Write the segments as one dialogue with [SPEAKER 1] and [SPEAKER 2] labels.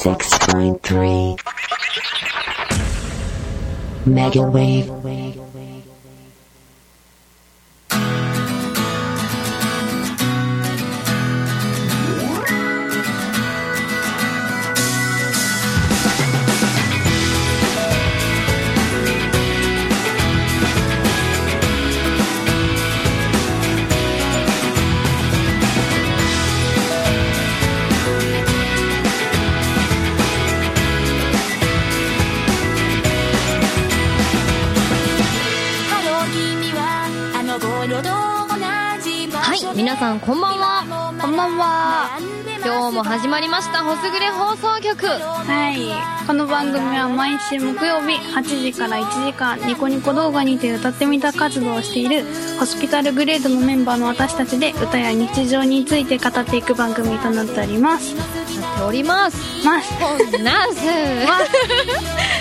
[SPEAKER 1] 76.3 Mega Wave.
[SPEAKER 2] はい皆さんこんばんは
[SPEAKER 3] こんばんは。
[SPEAKER 2] 今日も始まりました「ほすぐれ放送局」
[SPEAKER 3] はい。この番組は毎週木曜日8時から1時間ニコニコ動画にて歌ってみた活動をしているホスピタルグレードのメンバーの私たちで歌や日常について語っていく番組となっております。
[SPEAKER 2] やっております
[SPEAKER 3] ます。
[SPEAKER 2] ナ ース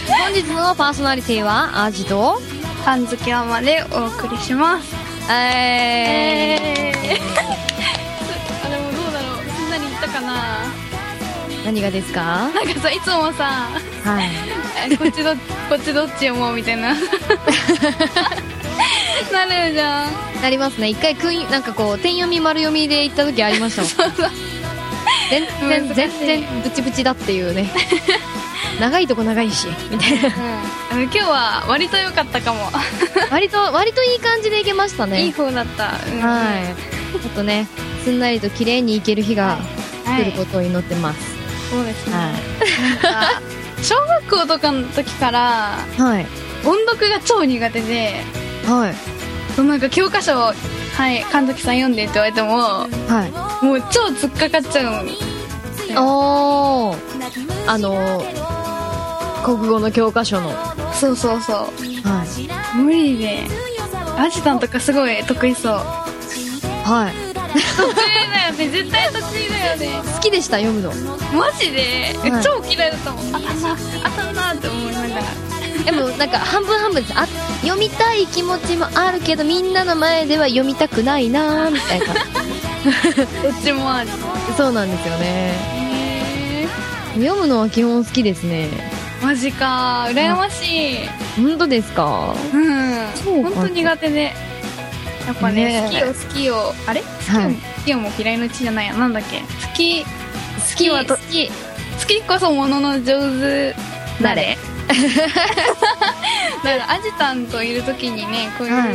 [SPEAKER 2] 本日のパーソナリティはアジト
[SPEAKER 3] パン付けアマでお送りします。
[SPEAKER 2] えー
[SPEAKER 3] あ、でもどうだろう。すんなり言ったかな。
[SPEAKER 2] 何がですか
[SPEAKER 3] なんかさ、いつもさ、
[SPEAKER 2] はい
[SPEAKER 3] こっち ど、こっちどっちもみたいな。なるじ ゃん。
[SPEAKER 2] なりますね一回くんなんかこう点読み丸読みで行った時ありました もん全然
[SPEAKER 3] 難しい
[SPEAKER 2] 全然ブチブチだっていう ね長いとこ長いしみたいな
[SPEAKER 3] うん、今日は割と良かったかも、
[SPEAKER 2] 割と割といい感じでいけましたね
[SPEAKER 3] いい方だった、うん
[SPEAKER 2] はいちょっとねすんなりと綺麗にいける日が
[SPEAKER 3] は
[SPEAKER 2] 来
[SPEAKER 3] い
[SPEAKER 2] ることを祈ってます
[SPEAKER 3] そうですね、
[SPEAKER 2] は
[SPEAKER 3] なんか小学校とかの時から
[SPEAKER 2] いはい
[SPEAKER 3] 音読が超苦手で
[SPEAKER 2] はい
[SPEAKER 3] そのなんか教科書を「はい神崎さん読んで」って言われても
[SPEAKER 2] はい
[SPEAKER 3] もう超突っかかっちゃうの
[SPEAKER 2] おーあの国語の教科書のは
[SPEAKER 3] そうそうそ
[SPEAKER 2] い、
[SPEAKER 3] う無理でアジタンとかすごい得意そう
[SPEAKER 2] はい、
[SPEAKER 3] 得意だよね絶対得意だよね
[SPEAKER 2] 好きでした読むの
[SPEAKER 3] マジで、
[SPEAKER 2] はい
[SPEAKER 3] 超嫌いだったもん当たんな当たんなって思いなが
[SPEAKER 2] で
[SPEAKER 3] ら
[SPEAKER 2] もなんか半分半分ですあ読みたい気持ちもあるけどみんなの前では読みたくないなーみたいな
[SPEAKER 3] どっちもある
[SPEAKER 2] そうなんですよね
[SPEAKER 3] へー
[SPEAKER 2] 読むのは基本好きですね
[SPEAKER 3] マジか羨ましい
[SPEAKER 2] 本当ですか
[SPEAKER 3] うん
[SPEAKER 2] そうか
[SPEAKER 3] 本当苦手でやっぱね
[SPEAKER 2] ねえ
[SPEAKER 3] 好きを好きをあれ好きを、
[SPEAKER 2] はい
[SPEAKER 3] 好きをも嫌いのうちじゃないやなんだっけ好き好
[SPEAKER 2] 好
[SPEAKER 3] きはと
[SPEAKER 2] 好き
[SPEAKER 3] きこそものの上手なれ だからアジタンといる時にねこういう、
[SPEAKER 2] はい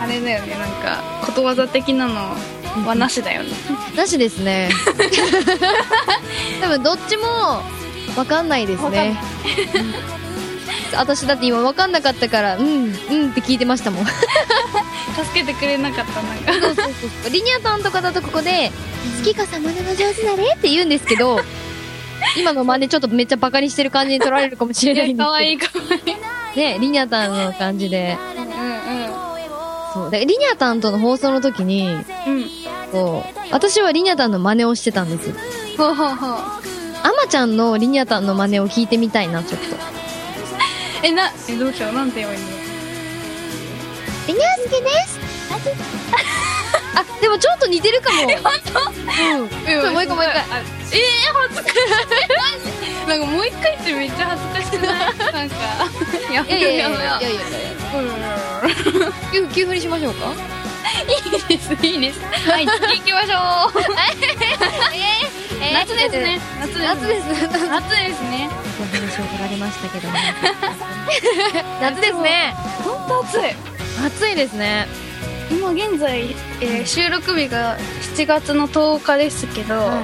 [SPEAKER 3] あれだよねなんかことわざ的なのはなしだよね
[SPEAKER 2] なしです ね多分どっちも分かんないですね私だって今分かんなかったからうんうんって聞いてましたもん
[SPEAKER 3] 助けてくれなかったなんか
[SPEAKER 2] リニアさんとかだとここで「好きかさまなの上手なれ」って言うんですけど今の真似ちょっとめっちゃバカにしてる感じに取られるかもしれ
[SPEAKER 3] い
[SPEAKER 2] ない
[SPEAKER 3] や
[SPEAKER 2] んです
[SPEAKER 3] 可愛
[SPEAKER 2] け
[SPEAKER 3] い可愛い
[SPEAKER 2] どねリニアさんの感じで
[SPEAKER 3] う
[SPEAKER 2] そうでリニアさんとの放送の時に
[SPEAKER 3] んうんうん
[SPEAKER 2] こう私はリニアさんの真似をしてたんです
[SPEAKER 3] ほうほうほう
[SPEAKER 2] アマちゃんのリニアさんの真似を聞いてみたいなちょっと
[SPEAKER 3] えなえどうしようなんて言えばいいの
[SPEAKER 2] りにゃすけです。あ、でもちょっと似てるかも。本当？うん。もう一個もう一回。
[SPEAKER 3] あえー、恥ずかしい なんかもう一回ってめっちゃ恥ずかしくないなんか や
[SPEAKER 2] いやいうやい
[SPEAKER 3] めよ
[SPEAKER 2] やい
[SPEAKER 3] やめよ
[SPEAKER 2] や
[SPEAKER 3] う
[SPEAKER 2] いやいや。急急振りしましょうか。
[SPEAKER 3] いい ですいいですはい次行きましょ う
[SPEAKER 2] え
[SPEAKER 3] 夏ですね夏で
[SPEAKER 2] 夏
[SPEAKER 3] す
[SPEAKER 2] です。
[SPEAKER 3] 夏ですね
[SPEAKER 2] お話を取られましたけども。夏ですね。
[SPEAKER 3] 本当暑い
[SPEAKER 2] 暑いですね。
[SPEAKER 3] 今現在、えー収録日が7月の10日ですけど、
[SPEAKER 2] は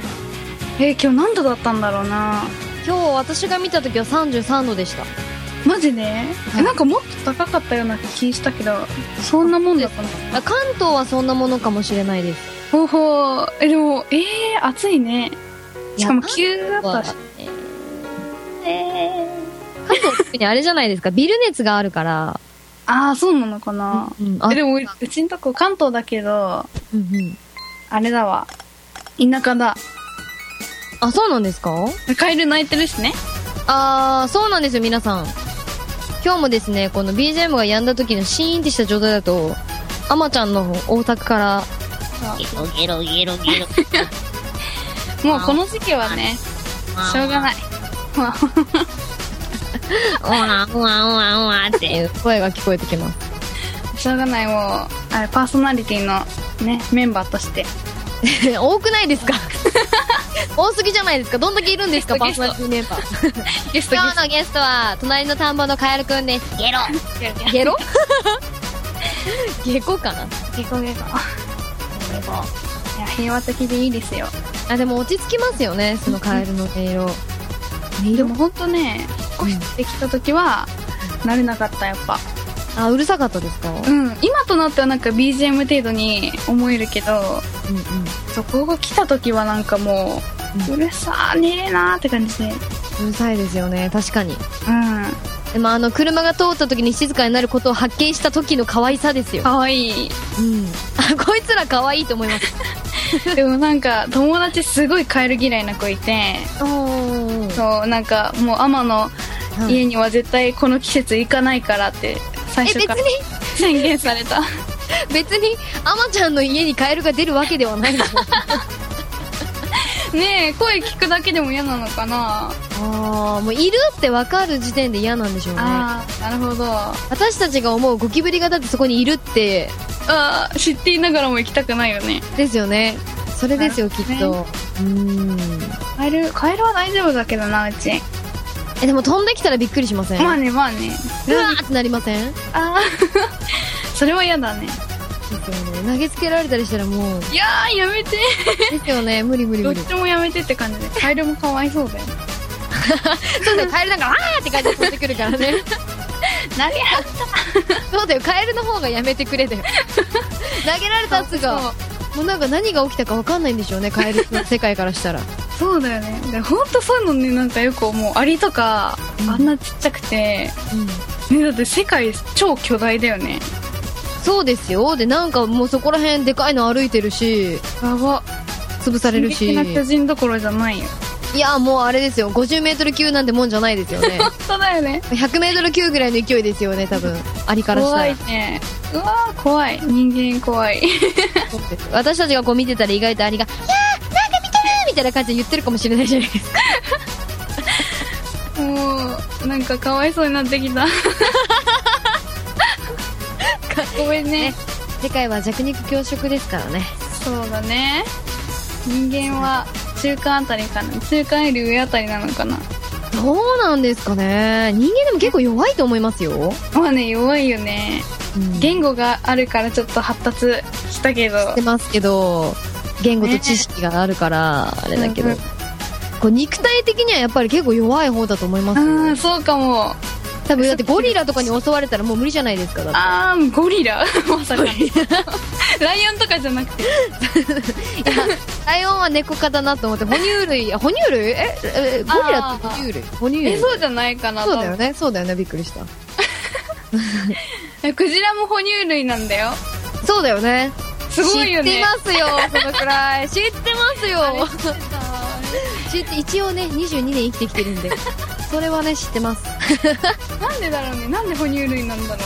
[SPEAKER 3] えー今日何度だったんだろうな
[SPEAKER 2] 今日私が見た時は33度でした。
[SPEAKER 3] マジで、えなんかもっと高かったような気したけどそんなもんだったの
[SPEAKER 2] あ関東はそんなものかもしれないです。
[SPEAKER 3] ほうほうえでもえー、暑いねしかも急だったし
[SPEAKER 2] 関東特にあれじゃないですか。ビル熱があるから。
[SPEAKER 3] ああそうなのかな、
[SPEAKER 2] うん。あ
[SPEAKER 3] えでもううちんとこ関東だけど
[SPEAKER 2] うんうん。
[SPEAKER 3] あれだわ田舎だ
[SPEAKER 2] あ、そうなんですか
[SPEAKER 3] カエル泣いてるしね
[SPEAKER 2] あー、そうなんですよ、皆さん。今日もですね、この BGM が止んだ時のシーンってした状態だと、アマちゃんの大宅から、
[SPEAKER 4] ゲロゲロゲロゲロ。
[SPEAKER 3] もうこの時期はね、しょうがない。 まあ、
[SPEAKER 4] うわうわうわうわっていう。
[SPEAKER 2] 声が聞こえてき ます。
[SPEAKER 3] しょうがない、もう、あれ、パーソナリティのね、メンバーとして。
[SPEAKER 2] 多くないですか 多すぎじゃないですかどんだけいるんですかパ
[SPEAKER 3] ゲ
[SPEAKER 2] ー
[SPEAKER 3] ス
[SPEAKER 2] ソ
[SPEAKER 3] ト
[SPEAKER 2] ナリティメンバー。
[SPEAKER 3] ゲストゲ
[SPEAKER 2] 今
[SPEAKER 3] ス
[SPEAKER 2] 日のゲストは、隣の田んぼのカエルくんです。ゲロ
[SPEAKER 3] トゲ
[SPEAKER 2] ゲロゲコかな
[SPEAKER 3] ゲコゲコ。いや、平和的でいいですよ。
[SPEAKER 2] あ、でも落ち着きますよね、そのカエルの音色。
[SPEAKER 3] でもほんとね、引っ越してきた時は、慣れなかった、やっぱ。
[SPEAKER 2] あ、うるさかったですか
[SPEAKER 3] う、ん、今となってはなんか BGM 程度に思えるけど、
[SPEAKER 2] うん、うん
[SPEAKER 3] そこが来た時はなんかもう、うるさー、寝れなーって感じで。うん。
[SPEAKER 2] うるさいですよね、確かに。でもあの、車が通った時に静かになることを発見した時の可愛さですよ。
[SPEAKER 3] かわいい。
[SPEAKER 2] うん。あ、こいつら可愛いと思います。
[SPEAKER 3] でもなんか、友達すごいカエル嫌いな子いて、
[SPEAKER 2] おー。
[SPEAKER 3] そう、なんかもう天の家には絶対この季節行かないからって、最
[SPEAKER 2] え、別
[SPEAKER 3] 初から
[SPEAKER 2] に、
[SPEAKER 3] 宣言され た。
[SPEAKER 2] 別に、アマちゃんの家にカエルが出るわけではない でしょ。
[SPEAKER 3] ねえ、声聞くだけでも嫌なのかな
[SPEAKER 2] あー、もういるってわかる時点で嫌なんでしょうね。
[SPEAKER 3] ああ、なるほど。
[SPEAKER 2] 私たちが思うゴキブリがだってそこにいるって、
[SPEAKER 3] ああ、知っていながらも行きたくないよね。
[SPEAKER 2] ですよね。それですよ、
[SPEAKER 3] な
[SPEAKER 2] き
[SPEAKER 3] る
[SPEAKER 2] っ
[SPEAKER 3] ほどね
[SPEAKER 2] と。うーん。
[SPEAKER 3] カエル、カエルは大丈夫だけどな、うち。
[SPEAKER 2] え、でも飛んできたらびっくりしません
[SPEAKER 3] まあね、まあね。
[SPEAKER 2] うわーってなりません
[SPEAKER 3] ああ、それは嫌だね。
[SPEAKER 2] ですよね。投げつけられたりしたらもう、
[SPEAKER 3] いやー、やめて。
[SPEAKER 2] ですよね。無理無理
[SPEAKER 3] ど
[SPEAKER 2] 無
[SPEAKER 3] っ
[SPEAKER 2] 理。そ
[SPEAKER 3] ちもやめてって感じで。カエルもかわいそうだよ。
[SPEAKER 2] うだよ、カエルなんか、わーって感じで飛んでくる からね。
[SPEAKER 3] 何や
[SPEAKER 2] そうだよ、カエルの方がやめてくれ だよ。投げられたやつが、もうなんか何が起きたかわかんないんでしょうね、カエルの世界からしたら。
[SPEAKER 3] そうだよね。で、ほんとそういうのね、なんかよく思う。アリとか、あんなちっちゃくて。
[SPEAKER 2] うん
[SPEAKER 3] ね、だって世界超巨大だよね。
[SPEAKER 2] そうですよ。で、なんかもうそこら辺でかいの歩いてるし、
[SPEAKER 3] やば。
[SPEAKER 2] 潰されるし。
[SPEAKER 3] 進撃の巨人どころじゃないよ。
[SPEAKER 2] いや、もうあれですよ。50メートル級なんてもんじゃないですよね。
[SPEAKER 3] そうだよね。
[SPEAKER 2] 100メートル級ぐらいの勢いですよね、多分。アリからした
[SPEAKER 3] 怖
[SPEAKER 2] ら
[SPEAKER 3] い。ね。うわー、怖い。人間怖い。
[SPEAKER 2] そうです私たちがこう見てたら意外とアリが、いやーなんか見てるみたいな感じで言ってるかもしれないじゃないですか。
[SPEAKER 3] もう、なんかかわいそうになって きた。ごめんね。
[SPEAKER 2] 世界は弱肉強食ですからね。
[SPEAKER 3] そうだね。人間は中間あたりかな。中間より上あたりなのかな。
[SPEAKER 2] どうなんですかね。人間でも結構弱いと思いますよ。
[SPEAKER 3] まあね、弱いよね。
[SPEAKER 2] うん、言
[SPEAKER 3] 言語があるからちょっと発達したけど。
[SPEAKER 2] ってますけど、言語と知識があるから、あれだけど。
[SPEAKER 3] うん
[SPEAKER 2] こう肉体的にはやっぱり結構弱い方だと思います
[SPEAKER 3] う
[SPEAKER 2] よ
[SPEAKER 3] ん、そうかも。
[SPEAKER 2] 多分だってゴリラとかに襲われたらもう無理じゃないですかだって
[SPEAKER 3] あー、ゴリラ まさかの。ライオンとかじゃなくて。
[SPEAKER 2] ライオンは猫科だなと思って哺乳類あ哺乳類ええゴリラって哺乳類哺乳類
[SPEAKER 3] え、そうじゃないかな。
[SPEAKER 2] そうだよねそうだよねびっくりした
[SPEAKER 3] えクジラも哺乳類なんだよ。
[SPEAKER 2] そうだよね
[SPEAKER 3] すごいよね。
[SPEAKER 2] 知ってますよそのくらい知ってますよ知って一応ね22年生きてきてる んでそれはね知ってます
[SPEAKER 3] なんでだろうね。なんで哺乳類なんだろ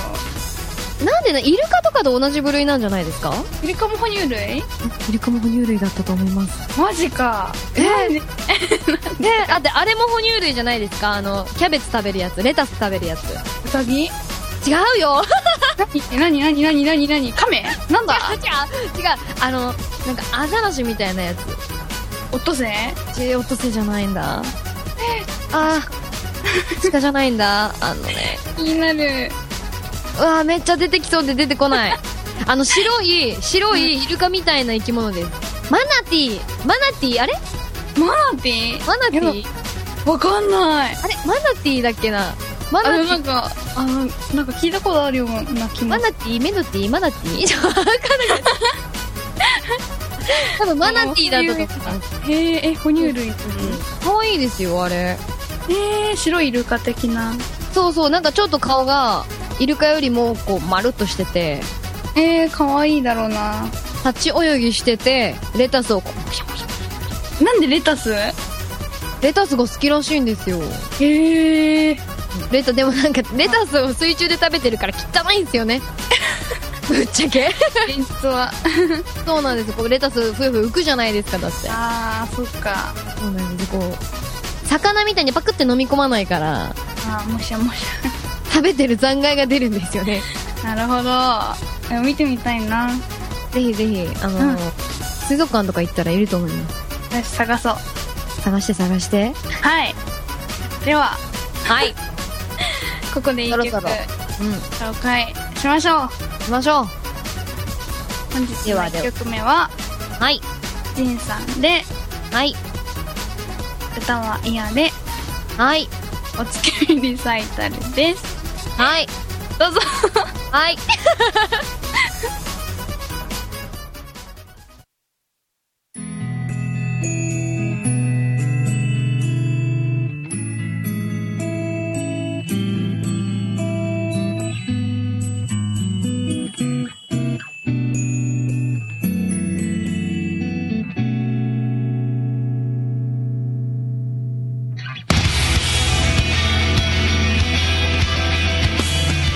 [SPEAKER 2] なんでねイルカとかと同じ部類なんじゃないですか
[SPEAKER 3] う。イルカも哺乳類
[SPEAKER 2] イルカも哺乳類だったと思います
[SPEAKER 3] マジか。えー、
[SPEAKER 2] であってあれも哺乳類じゃないですかあのキャベツ食べるやつレタス食べるやつ
[SPEAKER 3] ウサギ
[SPEAKER 2] 違うよ
[SPEAKER 3] なになになになになにカメなんだ
[SPEAKER 2] 違う違うあのなんかアザラシみたいなやつ
[SPEAKER 3] オットセイ
[SPEAKER 2] ち落とせじゃないんだあー鹿じゃないんだあのね
[SPEAKER 3] 気になる。
[SPEAKER 2] うわーめっちゃ出てきそうで出てこないあの白い白いイルカみたいな生き物ですマナティーマナティーあれ
[SPEAKER 3] マナティ
[SPEAKER 2] マナティー
[SPEAKER 3] わかんない。
[SPEAKER 2] あれマナティーだっけなマ
[SPEAKER 3] あ
[SPEAKER 2] ナ
[SPEAKER 3] れ
[SPEAKER 2] テ
[SPEAKER 3] な
[SPEAKER 2] ィ
[SPEAKER 3] んか、あの、なんか聞いたことあるような気
[SPEAKER 2] マ
[SPEAKER 3] も。
[SPEAKER 2] ナティーメナティーマナティーちょっとわかんなくなった多分マナティーだったと思う
[SPEAKER 3] へえ、え、哺乳類。
[SPEAKER 2] 可愛いですよあれ
[SPEAKER 3] えー、白いイルカ的な。
[SPEAKER 2] そうそうなんかちょっと顔がイルカよりもこうまるっとしてて
[SPEAKER 3] えー、かわいいだろうな。
[SPEAKER 2] 立ち泳ぎしててレタスをこう
[SPEAKER 3] なんでレタス
[SPEAKER 2] レタスが好きらしいんですよ
[SPEAKER 3] へえ。
[SPEAKER 2] レタでもなんかレタスを水中で食べてるから汚いんですよねぶっちゃけ
[SPEAKER 3] 現実は
[SPEAKER 2] そうなんですこうレタスふよふよ浮くじゃないですかだって
[SPEAKER 3] ああそっか
[SPEAKER 2] そうなんですこう魚みたいにパクって飲み込まないから
[SPEAKER 3] あーもしゃもし
[SPEAKER 2] 食べてる残骸が出るんですよね
[SPEAKER 3] ゃなるほどでも見てみたいな
[SPEAKER 2] ぜひぜひあのー、
[SPEAKER 3] うん
[SPEAKER 2] 水族館とか行ったらいると思います
[SPEAKER 3] 私探そう
[SPEAKER 2] 探して探して
[SPEAKER 3] はいでは
[SPEAKER 2] はい
[SPEAKER 3] ここで一
[SPEAKER 2] そろそ
[SPEAKER 3] 曲
[SPEAKER 2] ろうん
[SPEAKER 3] 紹介しましょう
[SPEAKER 2] 行きましょう
[SPEAKER 3] 本日
[SPEAKER 2] で
[SPEAKER 3] の
[SPEAKER 2] はでは
[SPEAKER 3] 1曲目は
[SPEAKER 2] はい
[SPEAKER 3] ジンさんで
[SPEAKER 2] はい
[SPEAKER 3] 歌は嫌で
[SPEAKER 2] はい
[SPEAKER 3] お付き合いリサイタルです
[SPEAKER 2] はい
[SPEAKER 3] どうぞ
[SPEAKER 2] はい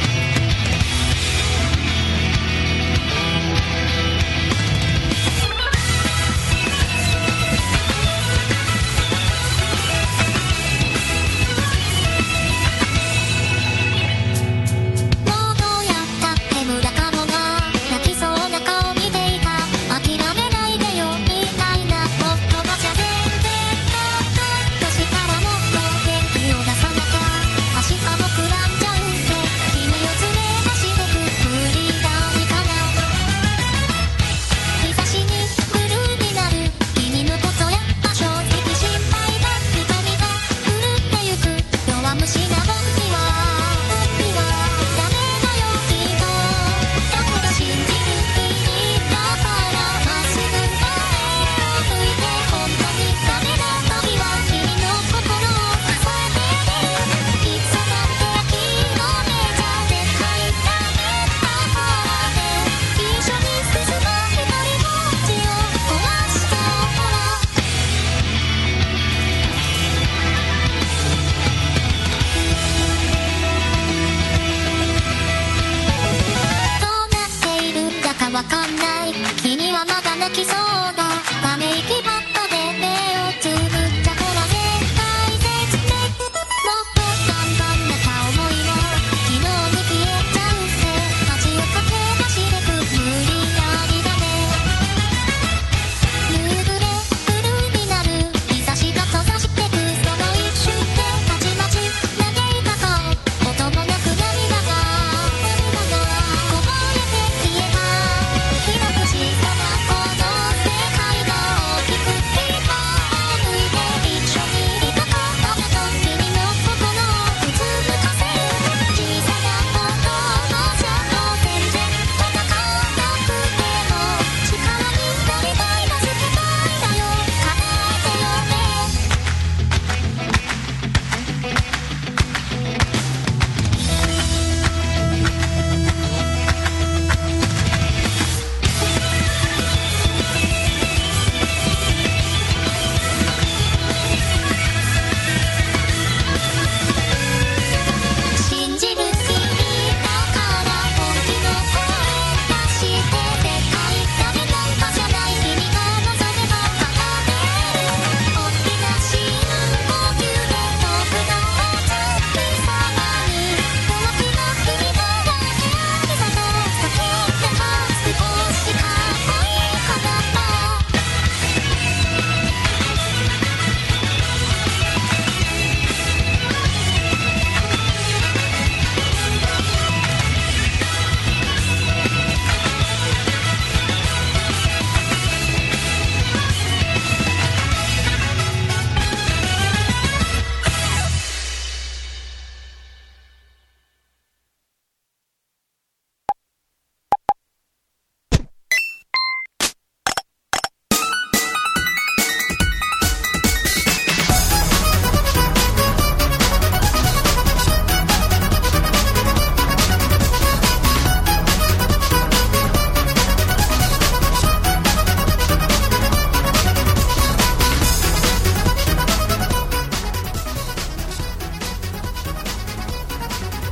[SPEAKER 3] 「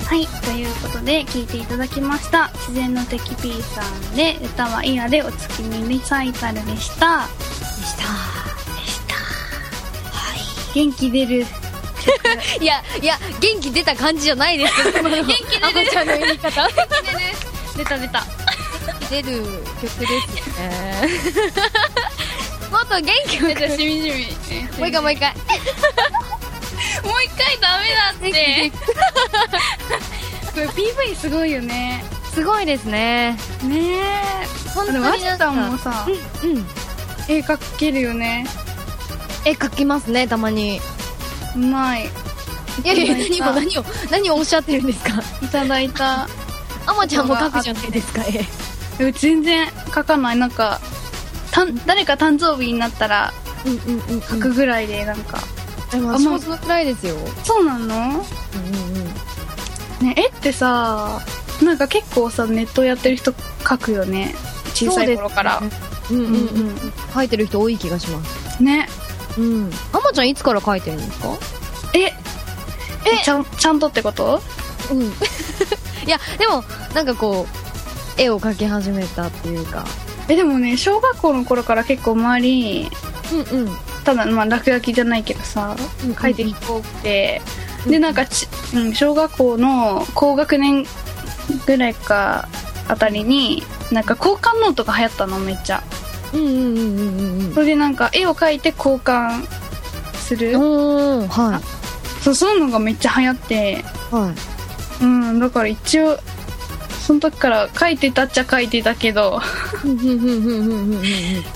[SPEAKER 3] はい、ということで聴いていただきました自然の敵 P さんで歌はイラでお月見リサイタルでした
[SPEAKER 2] でした
[SPEAKER 3] でしたはい元気出る
[SPEAKER 2] いやいや元気出た感じじゃない ですけど元気出るちゃんの言い方
[SPEAKER 3] 出た出た
[SPEAKER 2] 出る曲です ねもっと元気をくれ
[SPEAKER 3] しみじみ
[SPEAKER 2] もう 一回もう一回
[SPEAKER 3] もう一回ダメだってこれ PV すごいよね
[SPEAKER 2] すごいですね
[SPEAKER 3] ね
[SPEAKER 2] 本
[SPEAKER 3] えでもアシタもさ
[SPEAKER 2] うん
[SPEAKER 3] 絵描けるよね
[SPEAKER 2] 絵描きますねたまにいう
[SPEAKER 3] まい
[SPEAKER 2] やいや何を
[SPEAKER 3] 今
[SPEAKER 2] 何を何をおっしゃってるんですか
[SPEAKER 3] いただいた
[SPEAKER 2] あまちゃんも描くじゃないですか絵
[SPEAKER 3] でも全然描かないなんかたん誰か誕生日になったら
[SPEAKER 2] うんうんうん
[SPEAKER 3] 描くぐらいでなんか、
[SPEAKER 2] でも私もそのくらいですよ
[SPEAKER 3] そうなの
[SPEAKER 2] うんうんうん
[SPEAKER 3] ね絵ってさなんか結構さネットやってる人描くよね小さい頃から
[SPEAKER 2] うん
[SPEAKER 3] う
[SPEAKER 2] うんうん
[SPEAKER 3] ん
[SPEAKER 2] 描いてる人多い気がします
[SPEAKER 3] うんね
[SPEAKER 2] うんあまちゃんいつから描いてるんですか
[SPEAKER 3] えちゃんちゃんとってこと
[SPEAKER 2] うん いやでもなんかこう絵を描き始めたっていうか
[SPEAKER 3] えでもね小学校の頃から結構周り
[SPEAKER 2] うんうん
[SPEAKER 3] ただまあ落書きじゃないけどさ
[SPEAKER 2] うん
[SPEAKER 3] 書いてきこくて、
[SPEAKER 2] うん
[SPEAKER 3] でなんかち、うん、小学校の高学年ぐらいかあたりになんか交換ノートが流行ったのめっちゃ
[SPEAKER 2] うんうんうんうんうん
[SPEAKER 3] それでなんか絵を描いて交換する
[SPEAKER 2] うんおーは
[SPEAKER 3] そうそういうのがめっちゃ流行って
[SPEAKER 2] いはい
[SPEAKER 3] うんだから一応その時から描いてたっちゃ描いてたけど
[SPEAKER 2] うんうんうんうんうんうんうん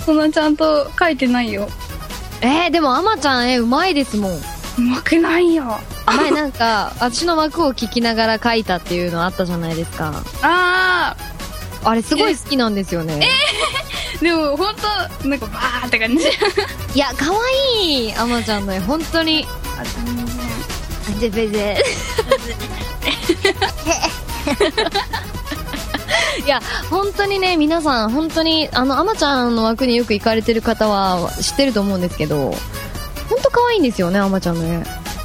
[SPEAKER 3] そんなちゃんと描いてないよ
[SPEAKER 2] えー、でもあまちゃん絵うまいですもん
[SPEAKER 3] うまくないよ
[SPEAKER 2] 前なんか私の枠を聞きながら描いたっていうのあったじゃないですか
[SPEAKER 3] あー
[SPEAKER 2] あれすごい好きなんですよね
[SPEAKER 3] でも本当なんかバーって感じ
[SPEAKER 2] いや可愛いあまちゃんの絵本当に
[SPEAKER 3] あ全然
[SPEAKER 2] でべでいや本当にね皆さん本当にあのあまちゃんの枠によく行かれてる方は知ってると思うんですけど本当可愛いんですよねあまちゃんの絵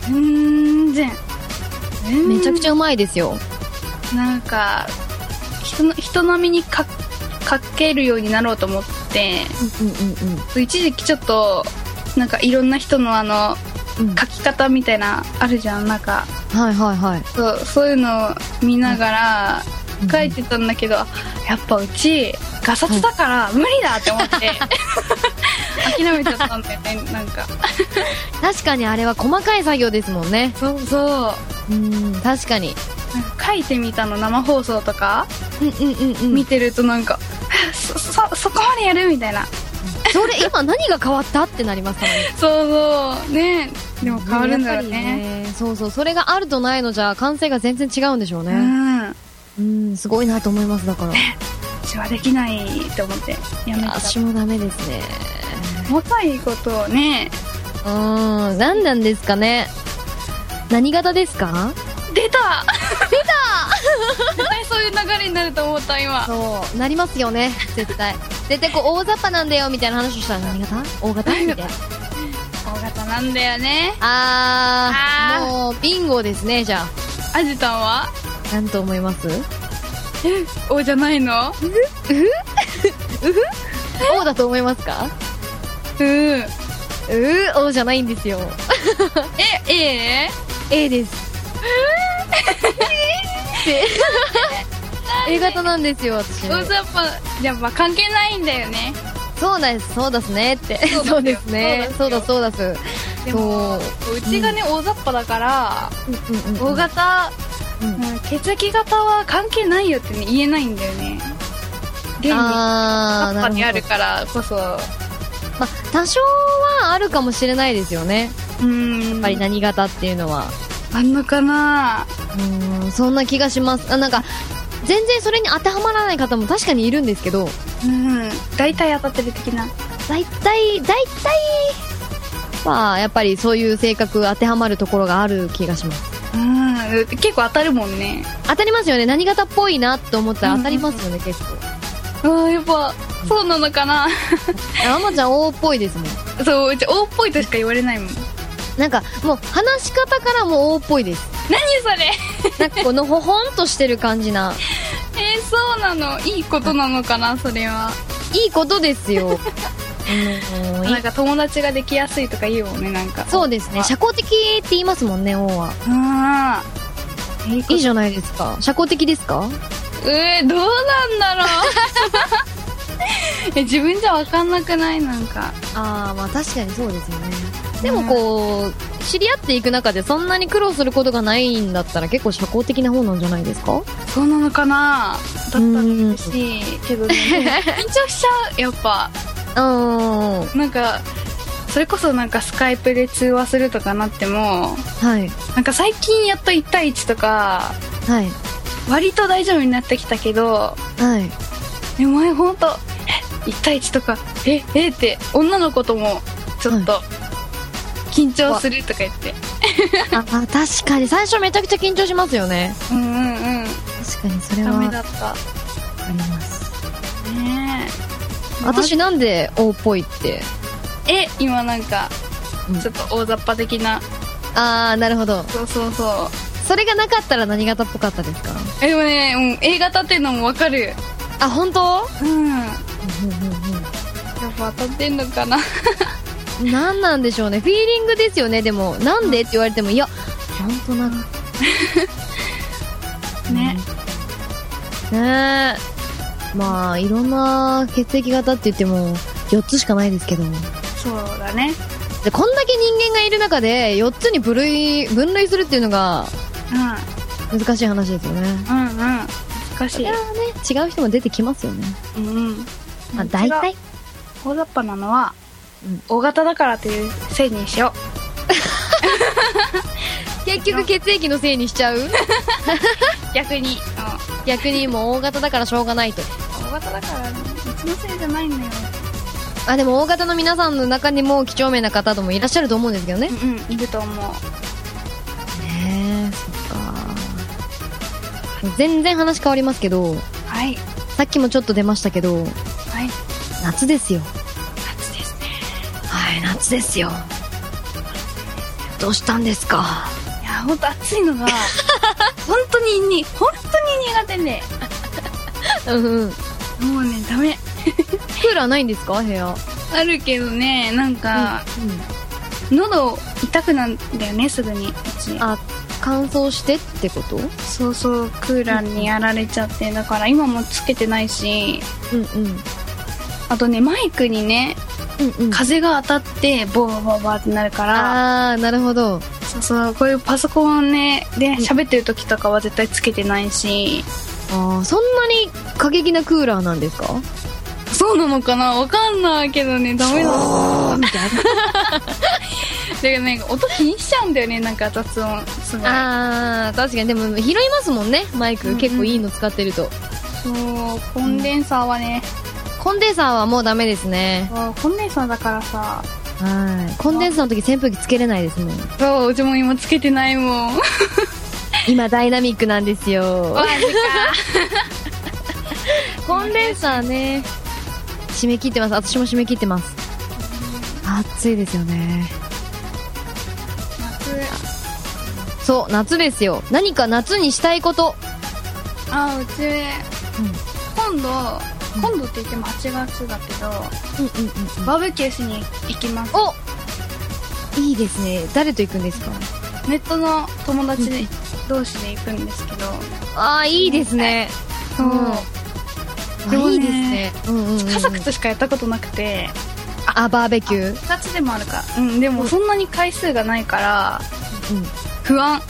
[SPEAKER 3] 全然
[SPEAKER 2] めちゃくち
[SPEAKER 3] ゃ
[SPEAKER 2] ゃうまいですよ
[SPEAKER 3] なんか人の人並みにかかけるようになろうと思って
[SPEAKER 2] うんうん
[SPEAKER 3] 一時期ちょっとなんかいろんな人のあの
[SPEAKER 2] うんうん
[SPEAKER 3] 書き方みたいなあるじゃんなんか
[SPEAKER 2] はいはいはい
[SPEAKER 3] そうそういうのを見ながら
[SPEAKER 2] うん
[SPEAKER 3] 書いてたんだけど、あやっぱうちガサツだから無理だって思って 諦めちゃったんだよねなんか
[SPEAKER 2] 確かにあれは細かい作業ですもんね
[SPEAKER 3] そうそうな
[SPEAKER 2] うん確かに
[SPEAKER 3] んか書いてみたの生放送とか
[SPEAKER 2] うんうんうん
[SPEAKER 3] 見てるとなんか、そそそこまでやるみたいな
[SPEAKER 2] それ今何が変わったってなりますからね
[SPEAKER 3] そうそうねでも変わるんだろ
[SPEAKER 2] やっ
[SPEAKER 3] う
[SPEAKER 2] ぱ
[SPEAKER 3] ね
[SPEAKER 2] りそうそうそれがあるとないのじゃ感性が全然違うんでしょう
[SPEAKER 3] う
[SPEAKER 2] ね
[SPEAKER 3] ん
[SPEAKER 2] うんすごいなと思いますだから
[SPEAKER 3] 私はできないって思ってやめちゃっ
[SPEAKER 2] 私もダメですね
[SPEAKER 3] た若いことをね
[SPEAKER 2] うーん何なんですかね何型ですか
[SPEAKER 3] 出た出た絶対そういう流れになると思った今
[SPEAKER 2] そうなりますよね絶対絶対こう大雑把なんだよみたいな話をしたら何型大型みたいな
[SPEAKER 3] 大型なんだよね
[SPEAKER 2] あ
[SPEAKER 3] あー
[SPEAKER 2] ーもうビンゴですねじゃあ
[SPEAKER 3] アジタンは
[SPEAKER 2] 何と思います
[SPEAKER 3] おじゃないの
[SPEAKER 2] 王だと思いますか
[SPEAKER 3] うんえ
[SPEAKER 2] うー王じゃないんですよ
[SPEAKER 3] え
[SPEAKER 2] A です A 型なんですよ私
[SPEAKER 3] 大雑把やっぱ関係ないんだよね
[SPEAKER 2] そうですそうですねって
[SPEAKER 3] そう
[SPEAKER 2] そうですね
[SPEAKER 3] そ
[SPEAKER 2] そううだ
[SPEAKER 3] だよ
[SPEAKER 2] そうだす
[SPEAKER 3] でもうちがね、大雑把だから大型、
[SPEAKER 2] うん
[SPEAKER 3] うん血液型は関係ないよってね言えないんだよね現に雑
[SPEAKER 2] あーな
[SPEAKER 3] 把
[SPEAKER 2] るほ
[SPEAKER 3] に
[SPEAKER 2] ど
[SPEAKER 3] あるからこそ
[SPEAKER 2] まあ多少はあるかもしれないですよね
[SPEAKER 3] うん
[SPEAKER 2] やっぱり何型っていうのは
[SPEAKER 3] あんのか
[SPEAKER 2] う
[SPEAKER 3] な
[SPEAKER 2] ーんそんな気がしますあなんか全然それに当てはまらない方も確かにいるんですけど
[SPEAKER 3] うん大体当たってる的な
[SPEAKER 2] 大体大体まあやっぱりそういう性格当てはまるところがある気がします
[SPEAKER 3] うん結構当たるもんね
[SPEAKER 2] 当たりますよね何型っぽいなと思ったら当たりますよね結構
[SPEAKER 3] ああやっぱそうなのかな
[SPEAKER 2] あ まちゃん O っぽいですね
[SPEAKER 3] そううち O っぽいとしか言われないもん
[SPEAKER 2] なんかもう話し方からも O っぽいです
[SPEAKER 3] それ
[SPEAKER 2] なんかこのほほんとしてる感じな。
[SPEAKER 3] えー、そうなのいいことなのかなそれはい
[SPEAKER 2] いことですよ。うんいい
[SPEAKER 3] なんか友達ができやすいとか言うもんねなんか
[SPEAKER 2] そうですね。社交的って言いますもんね、王は。
[SPEAKER 3] あーいい
[SPEAKER 2] い
[SPEAKER 3] こと
[SPEAKER 2] いじゃないですか。社交的ですか
[SPEAKER 3] えー、どうなんだろう え自分じゃ分かんなくないなんか
[SPEAKER 2] ああ、まあ確かにそうですよね。でもこう、知り合っていく中でそんなに苦労することがないんだったら結構社交的な方なんじゃないですか
[SPEAKER 3] そうなのかなだったら
[SPEAKER 2] うん
[SPEAKER 3] 嬉しいけど ね緊張しちゃうやっぱ
[SPEAKER 2] うん。は
[SPEAKER 3] なんかそれこそなんかスカイプで通話するとかなっても
[SPEAKER 2] い。
[SPEAKER 3] なんか最近やっと1対1とか
[SPEAKER 2] はい。
[SPEAKER 3] 割と大丈夫になってきたけど
[SPEAKER 2] はい。
[SPEAKER 3] え前ほんとえ1対1とかええって女の子ともちょっと緊張するとか言って、
[SPEAKER 2] あ、あ確かに。最初めちゃくちゃ緊張しますよね。
[SPEAKER 3] うんうんうん
[SPEAKER 2] 確かに、それは
[SPEAKER 3] ダメ
[SPEAKER 2] あ
[SPEAKER 3] だった
[SPEAKER 2] ります。
[SPEAKER 3] ねえ
[SPEAKER 2] 私なんで王っぽいって。
[SPEAKER 3] え今なんか
[SPEAKER 2] うん
[SPEAKER 3] ちょっと大雑把的な、
[SPEAKER 2] ああ、なるほど。
[SPEAKER 3] そうそうそう
[SPEAKER 2] それがなかったら何型っぽかったですか
[SPEAKER 3] えでもね、うん、A 型っていうのもわかる
[SPEAKER 2] あ、本当
[SPEAKER 3] うんやっぱ当たってんのかな
[SPEAKER 2] 何なんでしょうね。フィーリングですよね、でも。なんでって言われても、いや、なんとなく。
[SPEAKER 3] ね
[SPEAKER 2] ねえ。まあ、いろんな血液型って言っても、4つしかないですけど。
[SPEAKER 3] そうだね
[SPEAKER 2] で、こんだけ人間がいる中で、4つに分類、分類するっていうのが、難しい話ですよね。
[SPEAKER 3] うんうんうん難し
[SPEAKER 2] い
[SPEAKER 3] い
[SPEAKER 2] やーね、違う人も出てきますよね。
[SPEAKER 3] うんうん
[SPEAKER 2] まあ、大体。
[SPEAKER 3] 大雑把なのは、
[SPEAKER 2] うん
[SPEAKER 3] 大型だからというせいにしよ
[SPEAKER 2] 結局血液のせいにし ちゃう
[SPEAKER 3] う逆に、
[SPEAKER 2] 逆にもう大型だからしょうがないと。
[SPEAKER 3] 大型だからねうちのせいじゃないのよ
[SPEAKER 2] あ、でも大型の皆さんの中にも、几帳面な方ともいらっしゃると思うんですけどね。
[SPEAKER 3] うんうんいると思う
[SPEAKER 2] ねえ、そっか。全然話変わりますけど、
[SPEAKER 3] はい
[SPEAKER 2] さっきもちょっと出ましたけど、
[SPEAKER 3] はい
[SPEAKER 2] 夏ですよ。
[SPEAKER 3] 夏ですね
[SPEAKER 2] はい、夏ですよ。どうしたんですか
[SPEAKER 3] いや本当暑いのが本当にに本当に苦手で
[SPEAKER 2] うんうん。ク
[SPEAKER 3] もうねダメ
[SPEAKER 2] ーラーないんですか部屋。
[SPEAKER 3] あるけどねなんか、喉痛くなんだよねすぐにうち
[SPEAKER 2] あ、乾燥してってことう
[SPEAKER 3] そうそうクーラーにやられちゃってだから今もつけてないし
[SPEAKER 2] んうん。
[SPEAKER 3] あとねマイクにね
[SPEAKER 2] うんうん。
[SPEAKER 3] 風が当たってボーバーバーってなるから
[SPEAKER 2] あー、なるほど。
[SPEAKER 3] そうそうこういうパソコンねで喋ってる時とかは絶対つけてないし
[SPEAKER 2] あーそんなに過激なクーラーなんですか
[SPEAKER 3] そうなのかなわかんないけどねダメだ
[SPEAKER 2] みたい
[SPEAKER 3] だけどね音気にしちゃうんだよねなんか雑音すごい
[SPEAKER 2] な。 あー、確かに。でも、拾いますもんね。マイク、
[SPEAKER 3] うんうん
[SPEAKER 2] 結構いいの使ってると。
[SPEAKER 3] そうコンデンサーはね、
[SPEAKER 2] コンデンサーはもうダメですね。
[SPEAKER 3] そうコンデンサーだからさ
[SPEAKER 2] はい。コンデンサーの時扇風機つけれないですもん。
[SPEAKER 3] そううちも今つけてないもん
[SPEAKER 2] 今ダイナミックなんですよ。コンデンサーね。締め切ってます。私も締め切ってます。暑いですよね。
[SPEAKER 3] 夏
[SPEAKER 2] そう、夏ですよ。何か夏にしたいこと。
[SPEAKER 3] あうち、今度今度って言っても8月だけど
[SPEAKER 2] うんうんうん
[SPEAKER 3] バーベキューしに行きます
[SPEAKER 2] おいいですね。誰と行くんですか
[SPEAKER 3] ネットの友達で同士で行くんですけど
[SPEAKER 2] ああ、いいですね。
[SPEAKER 3] そう、
[SPEAKER 2] うんあ
[SPEAKER 3] そうね
[SPEAKER 2] いいですね。うんうんうん
[SPEAKER 3] 家族としかやったことなくて
[SPEAKER 2] あ、バーベキュー。
[SPEAKER 3] 2つでもあるかうんでもそんなに回数がないから
[SPEAKER 2] うん
[SPEAKER 3] 不安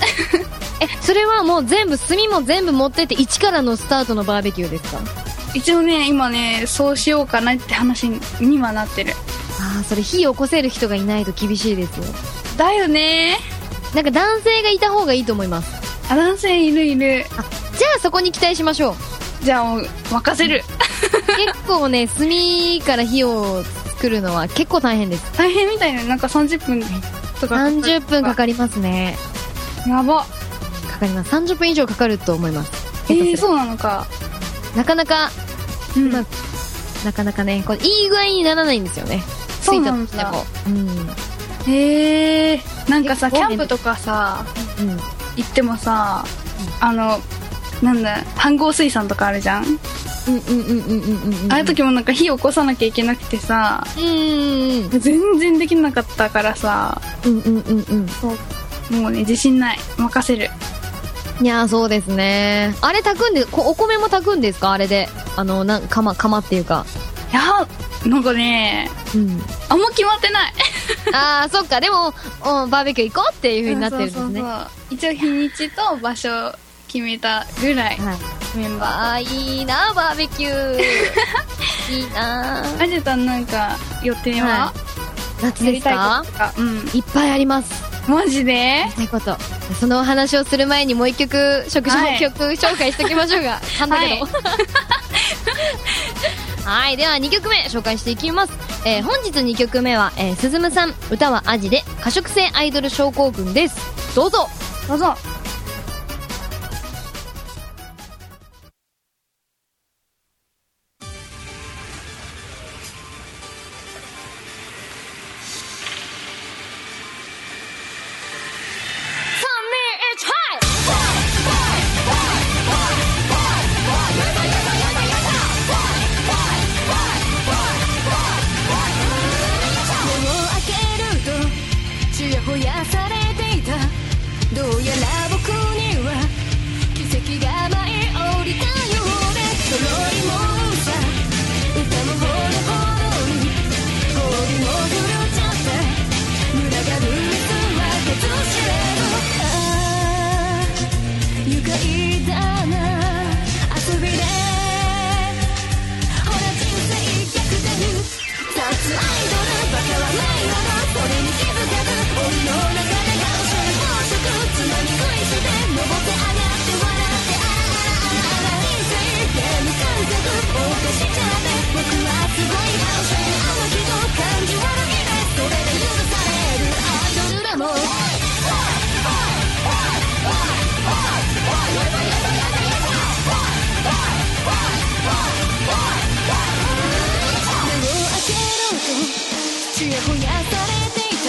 [SPEAKER 2] え、それはもう全部、炭も全部持ってって、一からのスタートのバーベキューですか
[SPEAKER 3] 一応ね今ねそうしようかなって話ににはなってる
[SPEAKER 2] ああ、それ火起こせる人がいないと厳しいですよ。
[SPEAKER 3] だよね
[SPEAKER 2] なんか男性がいた方がいいと思います。
[SPEAKER 3] あ男性いるいる
[SPEAKER 2] じゃあそこに期待しまし ょう。
[SPEAKER 3] じゃあもう任せる
[SPEAKER 2] 結構ね、炭から火を作るのは結構大変です。
[SPEAKER 3] 大変みたいななんか30分とか
[SPEAKER 2] 30分か
[SPEAKER 3] か
[SPEAKER 2] かりますね。
[SPEAKER 3] やば
[SPEAKER 2] かかります。30分以上かかると思います。下手
[SPEAKER 3] えー、
[SPEAKER 2] する
[SPEAKER 3] そうなのか
[SPEAKER 2] なかなか、
[SPEAKER 3] う
[SPEAKER 2] まあなかなかね、これいい具合にならないんですよね。つ
[SPEAKER 3] そう
[SPEAKER 2] い
[SPEAKER 3] な
[SPEAKER 2] た
[SPEAKER 3] ん
[SPEAKER 2] として
[SPEAKER 3] だ
[SPEAKER 2] も。うん。
[SPEAKER 3] へえー、なんかさ
[SPEAKER 2] 結
[SPEAKER 3] キ
[SPEAKER 2] 構
[SPEAKER 3] ャンプとかさ
[SPEAKER 2] うん。
[SPEAKER 3] 行ってもさ、あのなんだ飯合水産とかあるじゃん、
[SPEAKER 2] うんうんうんうんうんうんうん
[SPEAKER 3] ああいう時もなんか火起こさなきゃいけなくてさ
[SPEAKER 2] うん
[SPEAKER 3] 全然できなかったからさ
[SPEAKER 2] うんうんうんうん
[SPEAKER 3] そうもうね自信ない任せる
[SPEAKER 2] いやーそうですねあれ炊くんでこお米も炊くんですかあれであのなん釜釜っていうか
[SPEAKER 3] いやなんかね
[SPEAKER 2] うん
[SPEAKER 3] あんま決まってない
[SPEAKER 2] あーそっかでも、うん、バーベキュー行こうっていう風になってるんですね
[SPEAKER 3] そうそうそう一応日にちと場所決めたぐらい
[SPEAKER 2] はい
[SPEAKER 3] メンバー
[SPEAKER 2] わあいいなバーベキューいいな
[SPEAKER 3] アジタンなんか予定は、
[SPEAKER 2] は夏
[SPEAKER 3] や
[SPEAKER 2] で
[SPEAKER 3] り
[SPEAKER 2] す
[SPEAKER 3] たい
[SPEAKER 2] か
[SPEAKER 3] こととかうん
[SPEAKER 2] いっぱいあります
[SPEAKER 3] マジで
[SPEAKER 2] やりたいことそのお話をする前にもう一曲食事
[SPEAKER 3] は
[SPEAKER 2] の
[SPEAKER 3] い
[SPEAKER 2] 曲紹介しておきましょうがなんだけ どはいでは2曲目紹介していきます、えー本日2曲目は、えー、すずむさん歌はアジで過食性アイドル症候群ですどうぞ
[SPEAKER 3] どうぞ
[SPEAKER 5] ちやほやされていたどうやら僕には奇跡が舞い降りたようでそのもさ歌もほどほどに氷も狂っちゃった群がる水は別知れどああ愉快だな遊びでほら人生逆転立つアイドルバカはないわなそれに気づかず檻の中で顔しゃべる飽食つまみ食いして登って上がって笑ってあらあらあらあら人生ゲーム感覚おかしちゃって僕はすごい顔してあの日の感じ悪いですそれで許されるアイドルだもん目を開けろとちやほやされていた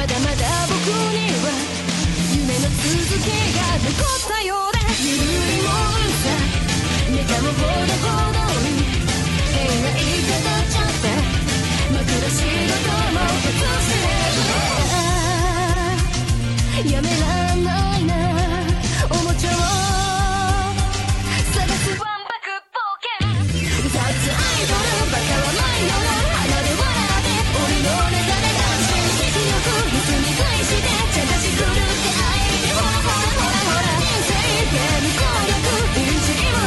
[SPEAKER 5] まだまだ僕には夢の続きが残ったようだゆるいもんさネタもほどほどに描いたとちゃった枕仕事も映してるやめらんないなおもちゃを探すわんぱく冒険「歌つアイドルバカはないよな」「鼻で笑って檻の中でダンス」「実力盗み返して」「ちゃかし狂って愛でほらほらほらほら」「人生ゲーム攻略」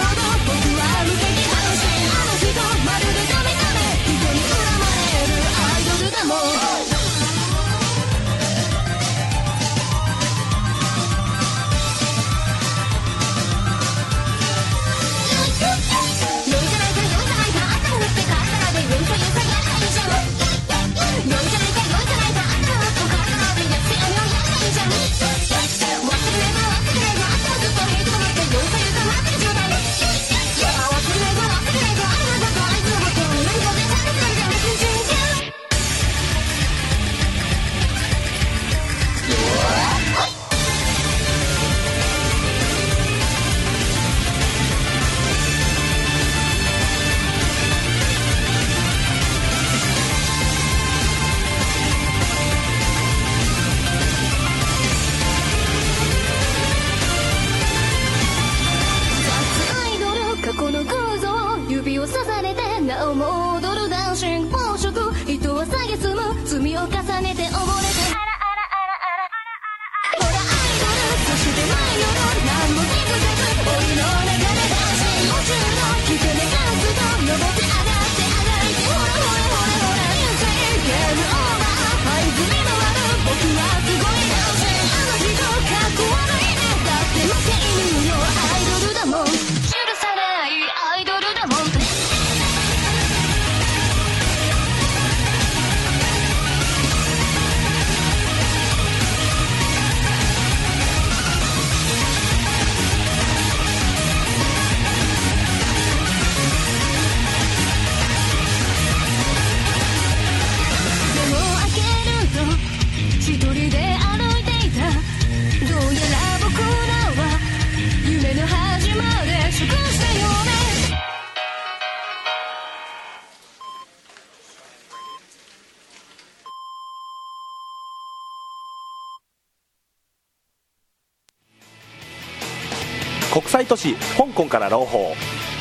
[SPEAKER 6] 国際都市香港から朗報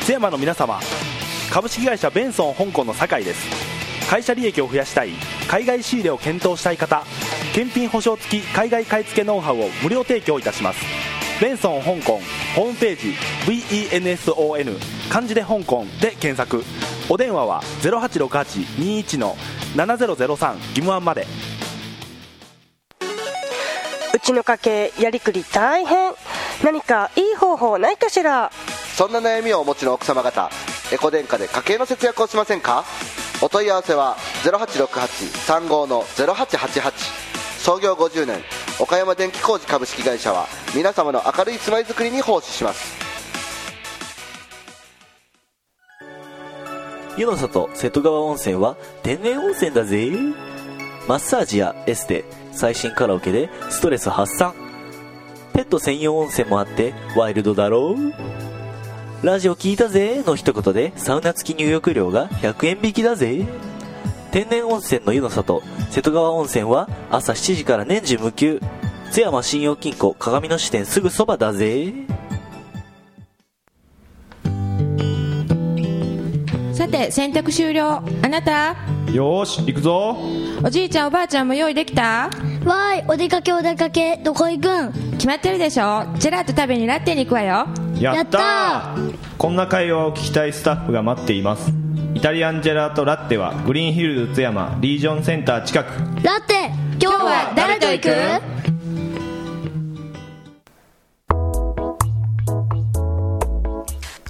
[SPEAKER 6] 津山の皆様株式会社ベンソン香港の酒井です会社利益を増やしたい海外仕入れを検討したい方検品保証付き海外買い付けノウハウを無料提供いたしますベンソン香港ホームページ VENSON 漢字で香港で検索お電話は086821の7003義務案まで
[SPEAKER 7] うちの家計やりくり大変何かいい方法ないかしら
[SPEAKER 8] そんな悩みをお持ちの奥様方エコ電化で家計の節約をしませんかお問い合わせは0868-35の0888創業50年岡山電気工事株式会社は皆様の明るい住まいづくりに奉仕します
[SPEAKER 9] 湯の里瀬戸川温泉は天然温泉だぜマッサージやエステ最新カラオケでストレス発散ペット専用温泉もあってワイルドだろうラジオ聞いたぜの一言でサウナ付き入浴料が100円引きだぜ天然温泉の湯の里瀬戸川温泉は朝7時から年中無休津山信用金庫鏡の支店すぐそばだぜ
[SPEAKER 10] さて洗濯終了あなた
[SPEAKER 11] よーし行くぞ
[SPEAKER 10] おじいちゃんおばあちゃんも用意できた
[SPEAKER 12] わーいお出かけお出かけどこ行くん
[SPEAKER 10] 決まってるでしょジェラート食べにラッテに行くわよ
[SPEAKER 11] やったこんな会話を聞きたいスタッフが待っていますイタリアンジェラートラッテはグリーンヒルズ津山リージョンセンター近く
[SPEAKER 12] ラッテ今日は誰と行く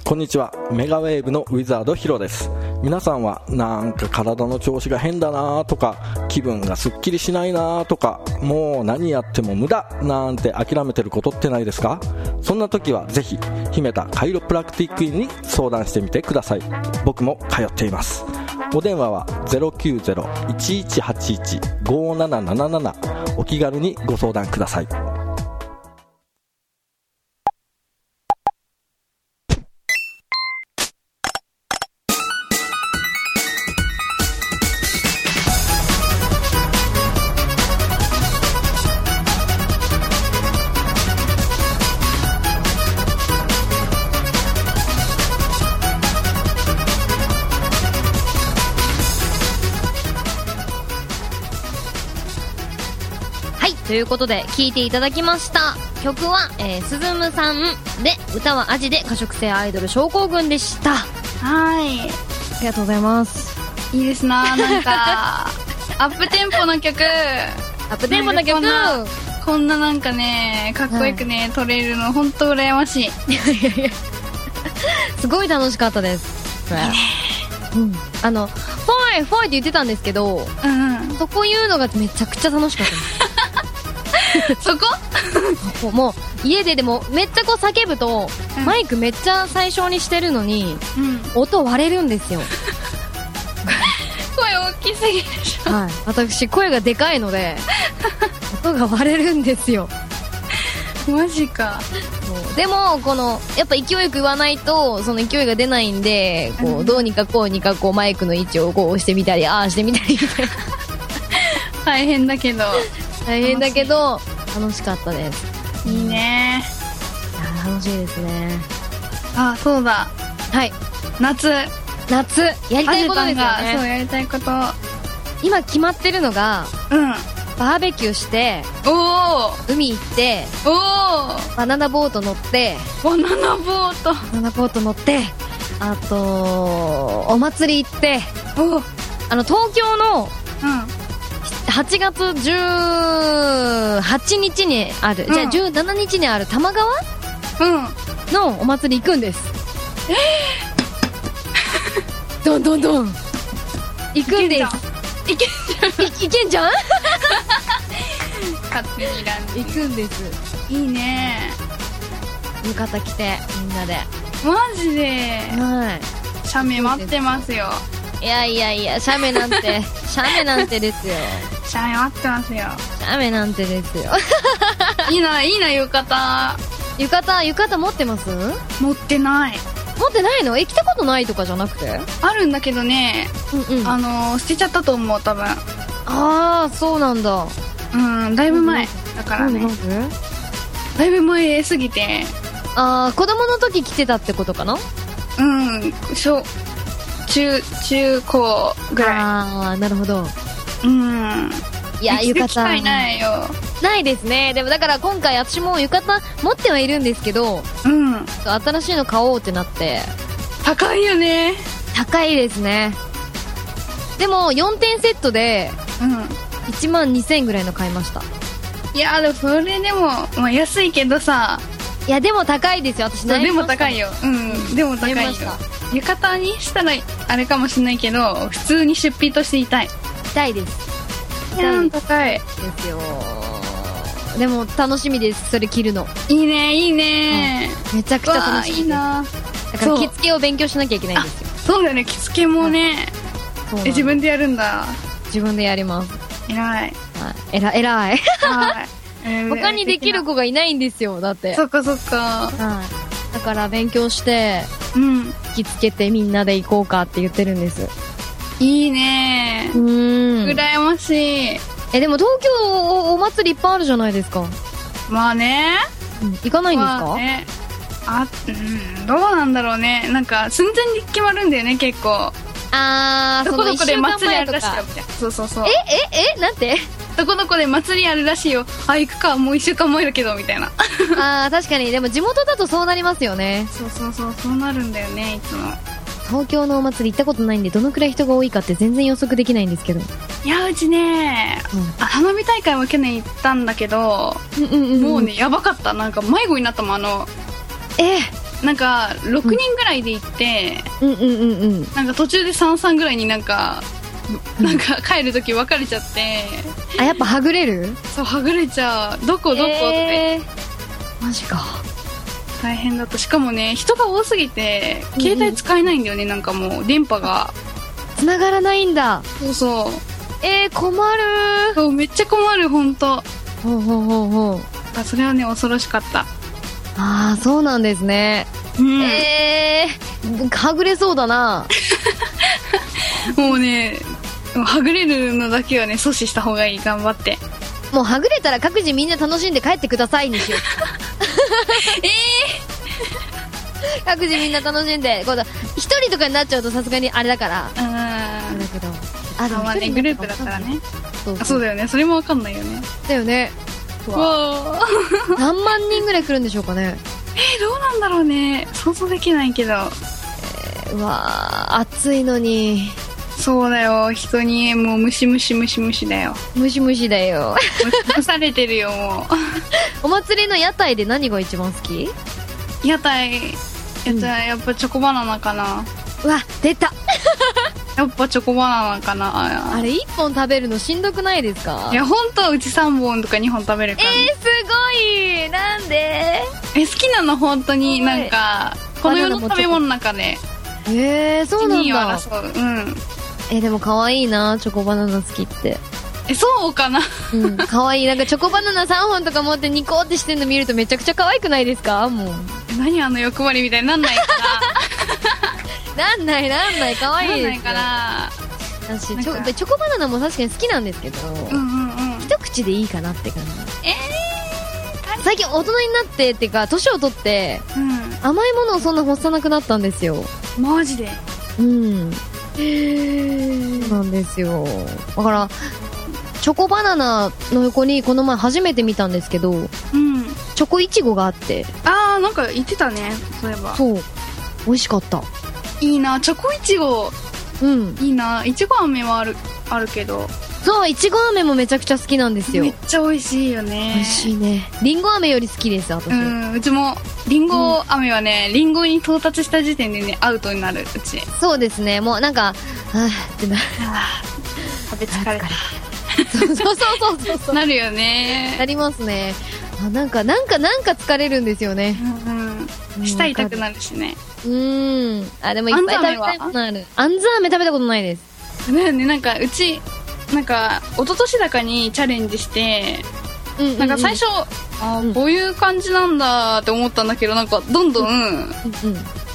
[SPEAKER 13] こんにちはメガウェーブのウィザードヒロです皆さんはなんか体の調子が変だなとか気分がすっきりしないなとかもう何やっても無駄なんて諦めてることってないですかそんな時はぜひ秘めたカイロプラクティック院に相談してみてください僕も通っていますお電話は090-1181-5777お気軽にご相談ください
[SPEAKER 2] はい、ということで聴いていただきました曲は、えー、すずむさんで歌はアジで過食性アイドル症候群でしたあ
[SPEAKER 3] は
[SPEAKER 2] りがとうございます
[SPEAKER 3] いいいですなな んかアップテンポの曲
[SPEAKER 2] アップテンポの曲
[SPEAKER 3] なんかこんななんかねかっこよくね、撮れるの本当羨ましい
[SPEAKER 2] すごい楽しかったですこれうん、あの「ファイファイ」って言ってたんですけど
[SPEAKER 3] うんうん
[SPEAKER 2] そこ言うのがめちゃくちゃ楽しかったです
[SPEAKER 3] そこ
[SPEAKER 2] こうもう家ででもめっちゃこう叫ぶと、
[SPEAKER 3] うん
[SPEAKER 2] マイクめっちゃ最小にしてるのに
[SPEAKER 3] うん
[SPEAKER 2] 音割れるんですよ、
[SPEAKER 3] 声大きすぎるでしょ
[SPEAKER 2] はい、私声がでかいので音が割れるんですよ
[SPEAKER 3] マジか
[SPEAKER 2] そうでもこのやっぱ勢いよく言わないとその勢いが出ないんでこうどうにかこうにかこうマイクの位置をこう押してみたりああしてみたりみたいな
[SPEAKER 3] 大変だけど
[SPEAKER 2] 大変だけど楽しかったです
[SPEAKER 3] いいね
[SPEAKER 2] いやー楽しいですね
[SPEAKER 3] あそうだ
[SPEAKER 2] はい
[SPEAKER 3] 夏や
[SPEAKER 2] 夏やりたいことですよ
[SPEAKER 3] そう
[SPEAKER 2] ね
[SPEAKER 3] やりたいこと
[SPEAKER 2] 今決まってるのが
[SPEAKER 3] うん
[SPEAKER 2] バーベキューして
[SPEAKER 3] おー
[SPEAKER 2] 海行って
[SPEAKER 3] おお
[SPEAKER 2] バナナボート乗って
[SPEAKER 3] バナナボート
[SPEAKER 2] バナナボート乗ってあとお祭り行って
[SPEAKER 3] おうん
[SPEAKER 2] あの東京の8月18日にある、
[SPEAKER 3] うん
[SPEAKER 2] じゃあ17日にある多摩川
[SPEAKER 3] うん
[SPEAKER 2] のお祭り行くんですどんどんどん行くんです
[SPEAKER 3] いけ
[SPEAKER 2] いいけんじゃん
[SPEAKER 3] 勝手にランディ
[SPEAKER 2] 行くんです
[SPEAKER 3] いいね
[SPEAKER 2] 浴衣着てみんなで
[SPEAKER 3] マジで
[SPEAKER 2] は
[SPEAKER 3] 写メ待ってますよ
[SPEAKER 2] いいやいやいや写メ なんて写メなんてですよ
[SPEAKER 3] 写メ待ってますよ
[SPEAKER 2] 写メなんてです よ
[SPEAKER 3] いいないいな浴衣
[SPEAKER 2] 浴衣浴衣持ってます持
[SPEAKER 3] 持ってない
[SPEAKER 2] ってないのえ着たことないとかじゃなくて
[SPEAKER 3] あるんだけどね
[SPEAKER 2] うんうん
[SPEAKER 3] あのー捨てちゃったと思う多分
[SPEAKER 2] ああそうなんだ
[SPEAKER 3] うんだいぶ前だからね
[SPEAKER 2] なんでなんで
[SPEAKER 3] だいぶ前すぎて
[SPEAKER 2] ああ子供の時着てたってことかな
[SPEAKER 3] うんそう中中高ぐらい
[SPEAKER 2] ああなるほど
[SPEAKER 3] うん
[SPEAKER 2] いや
[SPEAKER 3] 着
[SPEAKER 2] 浴衣
[SPEAKER 3] てきたいないよ
[SPEAKER 2] ないですねでもだから今回私も浴衣持ってはいるんですけど
[SPEAKER 3] うん
[SPEAKER 2] 新しいの買おうってなって
[SPEAKER 3] 高いよね
[SPEAKER 2] 高いですねでも4点セットで1万2000円ぐらいの買いました
[SPEAKER 3] いやでもそれでも、まあ、安いけどさ
[SPEAKER 2] いやでも高いですよ私
[SPEAKER 3] そう
[SPEAKER 2] 悩
[SPEAKER 3] で
[SPEAKER 2] みまし
[SPEAKER 3] も
[SPEAKER 2] た
[SPEAKER 3] 高いようんでも高いよ
[SPEAKER 2] 悩みました
[SPEAKER 3] 浴衣にしたらあれかもしれないけど普通に出費として痛い
[SPEAKER 2] 痛いです
[SPEAKER 3] いやー高い
[SPEAKER 2] ですよでも楽しみですそれ着るの
[SPEAKER 3] いいねいいね、
[SPEAKER 2] めちゃくちゃ楽しみです
[SPEAKER 3] うわーいいな
[SPEAKER 2] だから
[SPEAKER 3] そう
[SPEAKER 2] 着付けを勉強しなきゃいけないんですよ
[SPEAKER 3] そうだよね着付けもね、
[SPEAKER 2] そうなん
[SPEAKER 3] え
[SPEAKER 2] です
[SPEAKER 3] 自分でやるんだ
[SPEAKER 2] 自分でやります
[SPEAKER 3] 偉い
[SPEAKER 2] えらえ らい
[SPEAKER 3] うん
[SPEAKER 2] 他にできる子がいないんですよだって
[SPEAKER 3] そっかそっか
[SPEAKER 2] はいだから勉強して
[SPEAKER 3] うん
[SPEAKER 2] 着付けてみんなで行こうかって言ってるんです
[SPEAKER 3] いいね
[SPEAKER 2] うーん
[SPEAKER 3] 羨ましい
[SPEAKER 2] えでも東京おお祭りいっぱいあるじゃないですか
[SPEAKER 3] まあね
[SPEAKER 2] 行かないんですか、
[SPEAKER 3] まあねあうんどうなんだろうねなんか寸前に決まるんだよね結構
[SPEAKER 2] あー
[SPEAKER 3] どこどこで
[SPEAKER 2] その一週間
[SPEAKER 3] 祭りあ
[SPEAKER 2] 前と
[SPEAKER 3] る
[SPEAKER 2] から
[SPEAKER 3] しいよみたいなそうそうそう
[SPEAKER 2] えええなん て
[SPEAKER 3] どこどこで祭りあるらしいよあ行くかもう一週間前だけどみたいな
[SPEAKER 2] あー確かにでも地元だとそうなりますよね
[SPEAKER 3] そうそうそうそうなるんだよねいつも
[SPEAKER 2] 東京のお祭り行ったことないんでどのくらい人が多いかって全然予測できないんですけど
[SPEAKER 3] いやうちね、あ花火大会は去年行ったんだけど、もうねやばかったなんか迷子になったもんあの
[SPEAKER 2] え
[SPEAKER 3] なんか6人ぐらいで行って、
[SPEAKER 2] うんうんうんうん
[SPEAKER 3] なんか途中で三々ぐらいになんか、なんか帰る時別れちゃって
[SPEAKER 2] あやっぱはぐれる
[SPEAKER 3] そうはぐれちゃうどこどこ、とか
[SPEAKER 2] えー
[SPEAKER 3] 言って
[SPEAKER 2] マジか
[SPEAKER 3] 大変だったしかもね人が多すぎて携帯使えないんだよね、なんかもう電波が
[SPEAKER 2] 繋がらないんだ
[SPEAKER 3] そうそう
[SPEAKER 2] えー、困る
[SPEAKER 3] そうめっちゃ困る本当
[SPEAKER 2] ほうほうほうほう
[SPEAKER 3] あそれはね恐ろしかった
[SPEAKER 2] ああそうなんですね、えー、はぐれそうだ な
[SPEAKER 3] もうねはぐれるのだけはね阻止した方がいい頑張って
[SPEAKER 2] もうはぐれたら各自みんな楽しんで帰ってくださいにしよう えー、 各自みんな楽しんで今度一人とかになっちゃうとさすがにあれだから
[SPEAKER 3] うんあ
[SPEAKER 2] れだけど
[SPEAKER 3] あ
[SPEAKER 2] でも
[SPEAKER 3] まあ
[SPEAKER 2] 一
[SPEAKER 3] ね
[SPEAKER 2] 人
[SPEAKER 3] グ
[SPEAKER 2] にな
[SPEAKER 3] ル
[SPEAKER 2] っ
[SPEAKER 3] ープ
[SPEAKER 2] た
[SPEAKER 3] だ
[SPEAKER 2] ら
[SPEAKER 3] からね
[SPEAKER 2] そう
[SPEAKER 3] あそうだよねそれもわかんないよね
[SPEAKER 2] だよ ね
[SPEAKER 3] うわー
[SPEAKER 2] 何万人ぐらい来るんでしょうかね
[SPEAKER 3] えどうなんだろうね想像できないけど
[SPEAKER 2] うわー暑いのに
[SPEAKER 3] そうだよ人にもうムシムシムシムシだよ
[SPEAKER 2] ムシムシだよ
[SPEAKER 3] 蒸されてるよも
[SPEAKER 2] お祭りの屋台で何が一番好き
[SPEAKER 3] う屋台屋台やっぱチョコバナナかな
[SPEAKER 2] うわ出た
[SPEAKER 3] やっぱチョコバナナかな
[SPEAKER 2] あれ1本食べるのしんどくないですか
[SPEAKER 3] いや本当はうち3本とか2本食べるから、
[SPEAKER 2] えー、すごいなんで
[SPEAKER 3] え好きなの本当になんかこの世の食べ物の中で
[SPEAKER 2] えー、そうなん
[SPEAKER 3] 一二を
[SPEAKER 2] だ
[SPEAKER 3] 争ううん
[SPEAKER 2] えーでも可愛いなチョコバナナ好きって
[SPEAKER 3] えそうかな
[SPEAKER 2] うん可愛いなんかチョコバナナ3本とか持ってニコってしてんの見るとめちゃくちゃ可愛くないですかもう
[SPEAKER 3] 何あの欲張りみたいになんないか
[SPEAKER 2] なんないなん ない可
[SPEAKER 3] な
[SPEAKER 2] 愛いです
[SPEAKER 3] なんない
[SPEAKER 2] よ
[SPEAKER 3] かな
[SPEAKER 2] 私
[SPEAKER 3] なんか
[SPEAKER 2] チョでチョコバナナも確かに好きなんですけど、
[SPEAKER 3] うんうんうん
[SPEAKER 2] 一口でいいかなって感じ最近大人になってっていうか年を取って
[SPEAKER 3] う
[SPEAKER 2] 甘いものをそんな欲さなくなったんですよ
[SPEAKER 3] んマジで
[SPEAKER 2] うんそうなんですよだからチョコバナナの横にこの前初めて見たんですけど
[SPEAKER 3] うん
[SPEAKER 2] チョコイチゴがあって
[SPEAKER 3] あーなんか言ってたねそういえば
[SPEAKER 2] そう美味しかった
[SPEAKER 3] いいなチョコイチゴ
[SPEAKER 2] うん
[SPEAKER 3] いいないちご飴はあるあるけど
[SPEAKER 2] そういちご飴もめちゃくちゃ好きなんですよ
[SPEAKER 3] めっちゃ美味しいよね
[SPEAKER 2] 美味しいねりんご飴より好きです私、
[SPEAKER 3] うんうちもりんご飴はねりんごに到達した時点でねアウトになるうち
[SPEAKER 2] そうですねもうなんかあーってなる
[SPEAKER 3] 食べ疲れた
[SPEAKER 2] そうそうそうそうそう
[SPEAKER 3] なるよね
[SPEAKER 2] なりますねあなんかなんかなんか疲れるんですよね
[SPEAKER 3] うん舌痛くなるしね
[SPEAKER 2] うーんあでもいっぱい食べたいものあるあんず飴食べたことないです
[SPEAKER 3] だよねなんかうちなんか一昨年だかにチャレンジして、
[SPEAKER 2] うん
[SPEAKER 3] なんか最初あーこういう感じなんだって思ったんだけどなんかどんどん、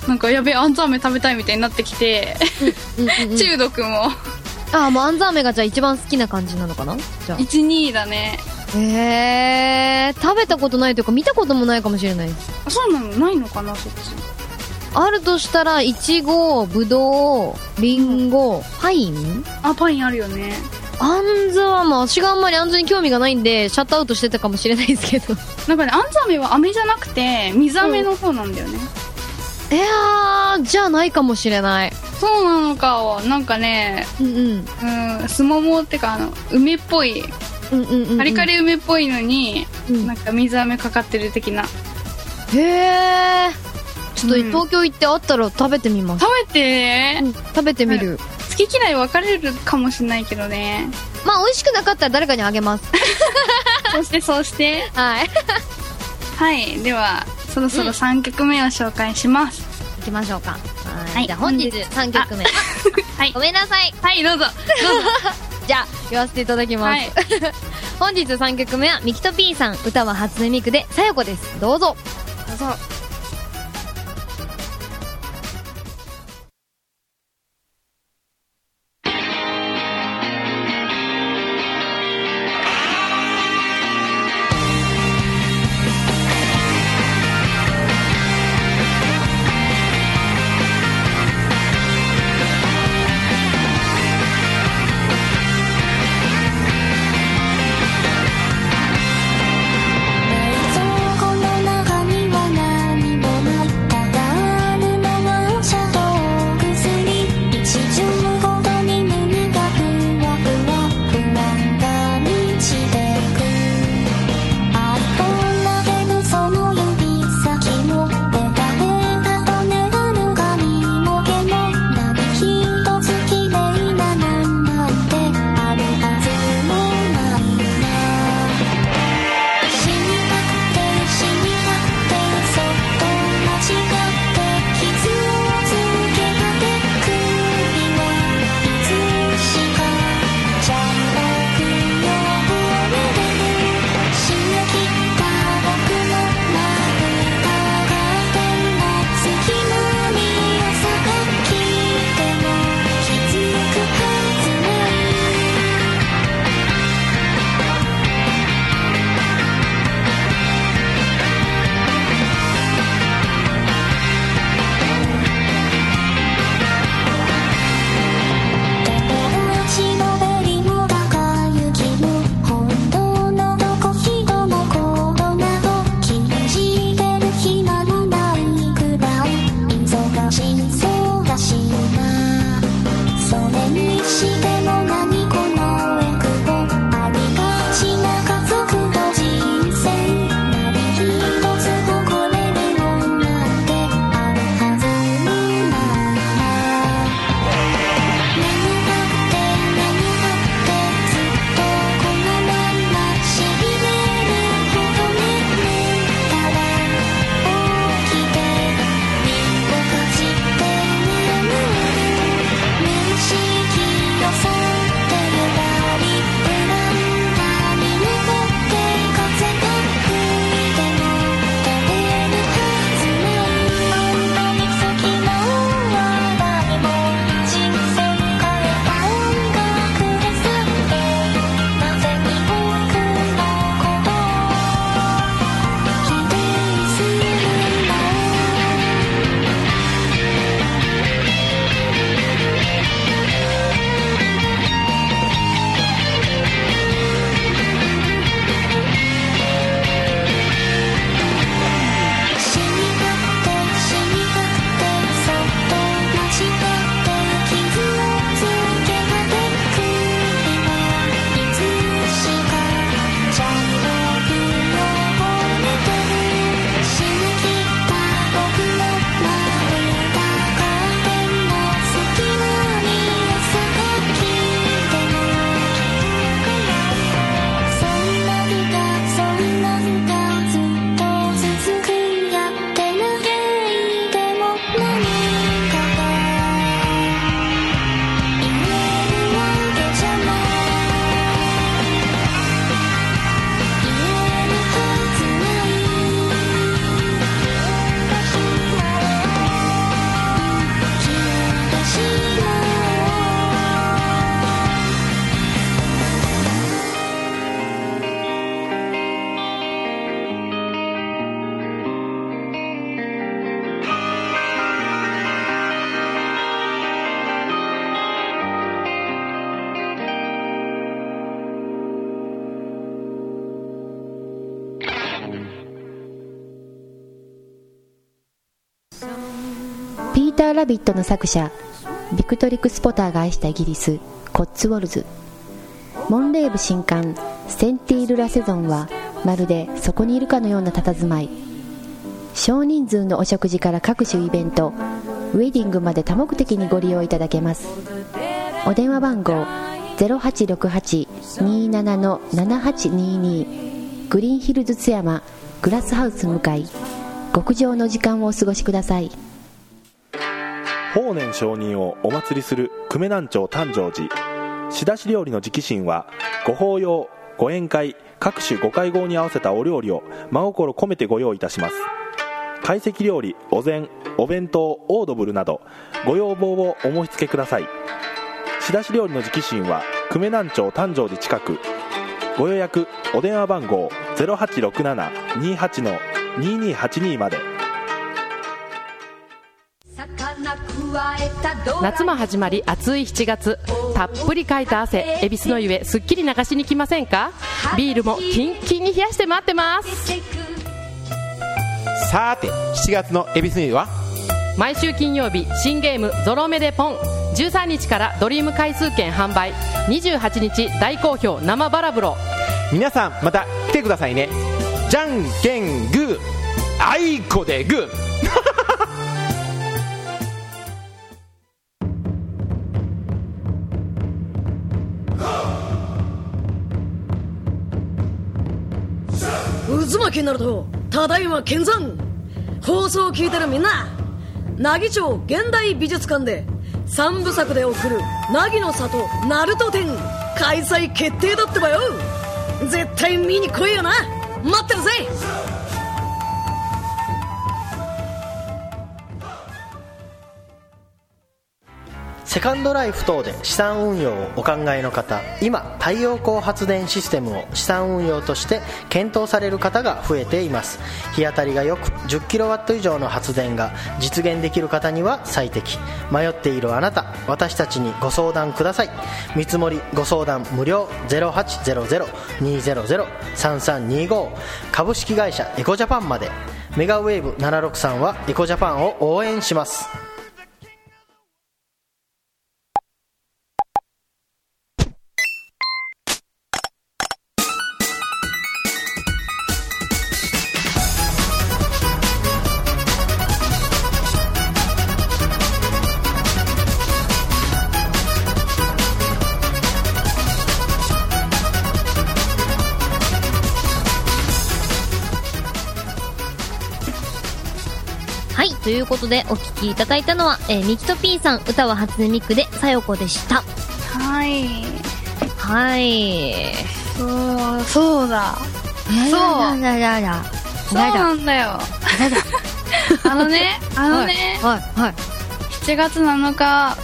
[SPEAKER 3] なんかやべえあんず飴食べたいみたいになってきて、中毒も
[SPEAKER 2] あーもうあんず飴がじゃあ一番好きな感じなのかなじゃあ
[SPEAKER 3] 12だね
[SPEAKER 2] うへえ食べたことないというか見たこともないかもしれないです
[SPEAKER 3] あそうなのないのかなそっち
[SPEAKER 2] あるとしたらいちごぶどうりんごパイン
[SPEAKER 3] あパインあるよね
[SPEAKER 2] あんずはまあ私があんまりあんずに興味がないんでシャットアウトしてたかもしれないですけど
[SPEAKER 3] なんかねあんず飴は飴じゃなくて水飴の方なんだよね、
[SPEAKER 2] いやーじゃないかもしれない
[SPEAKER 3] そうなのかをなんかね
[SPEAKER 2] うんうん
[SPEAKER 3] うんすももってかあの梅っぽい
[SPEAKER 2] うんうんうんうん
[SPEAKER 3] カリカリ梅っぽいのに、なんか水飴かかってる的な
[SPEAKER 2] へえちょっと東京行ってあったら食べてみます、
[SPEAKER 3] 食べて、
[SPEAKER 2] 食べてみる
[SPEAKER 3] 好き嫌い分かれるかもしれないけどね
[SPEAKER 2] まあ美味しくなかったら誰かにあげます
[SPEAKER 3] そしてそうして
[SPEAKER 2] はい
[SPEAKER 3] はいではそろそろ3曲目を紹介します、
[SPEAKER 2] 行きましょうかはいじゃあ本日3曲目
[SPEAKER 3] はい
[SPEAKER 2] ごめんなさい
[SPEAKER 3] はいどうぞ
[SPEAKER 2] じゃあ言わせていただきます、 本日3曲目はミキとピーさん歌は初音ミクで「さよこ」ですどうぞ
[SPEAKER 3] どうぞ
[SPEAKER 5] この中にはない
[SPEAKER 14] ピーター・ラビットの作者ビクトリック・スポターが愛したイギリスコッツウォルズモンレーブ新刊「センティール・ラセゾン」はまるでそこにいるかのような佇まい少人数のお食事から各種イベントウェディングまで多目的にご利用いただけますお電話番号0868-27-7822グリーンヒルズ津山グラスハウス向かい極上の時間をお過ごしください
[SPEAKER 6] 法然上人をお祭りする久米南町誕生寺仕出し料理の直進はご法要ご宴会各種ご会合に合わせたお料理を真心込めてご用意いたします懐石料理お膳お弁当オードブルなどご要望をお申し付けください仕出し料理の直進は久米南町誕生寺近くご予約お電話番号086728の2282まで
[SPEAKER 15] 夏も始まり暑い7月たっぷりかいた汗恵比寿の湯へすっきり流しに来ませんかビールもキンキンに冷やして待ってます
[SPEAKER 16] さーて7月の恵比寿には
[SPEAKER 15] 毎週金曜日新ゲーム「ゾロ目でポン」13日からドリーム回数券販売28日大好評生バラブロ
[SPEAKER 16] 皆さんまた来てくださいねじゃんけんグーあいこでグー
[SPEAKER 17] 渦巻きになるとただいま見参放送を聞いてるみんな奈義町現代美術館で三部作で送る「凪の里ナルト展」開催決定だってばよ絶対見に来いよな待ってるぜ
[SPEAKER 18] セカンドライフ等で資産運用をお考えの方今太陽光発電システムを資産運用として検討される方が増えています日当たりがよく 10kW 以上の発電が実現できる方には最適迷っているあなた私たちにご相談ください見積もりご相談無料0800-200-3325株式会社エコジャパンまでメガウェーブ763はエコジャパンを応援します
[SPEAKER 2] はい、ということでお聴きいただいたのは、えー、ミキとピーさん、歌は初音ミクで、さよこでした。
[SPEAKER 3] はい
[SPEAKER 2] はい。
[SPEAKER 3] そうそうだそう
[SPEAKER 2] あらららら
[SPEAKER 3] そうなんだよあ のねあのね、
[SPEAKER 2] はい、はい、はい。
[SPEAKER 3] 7月7日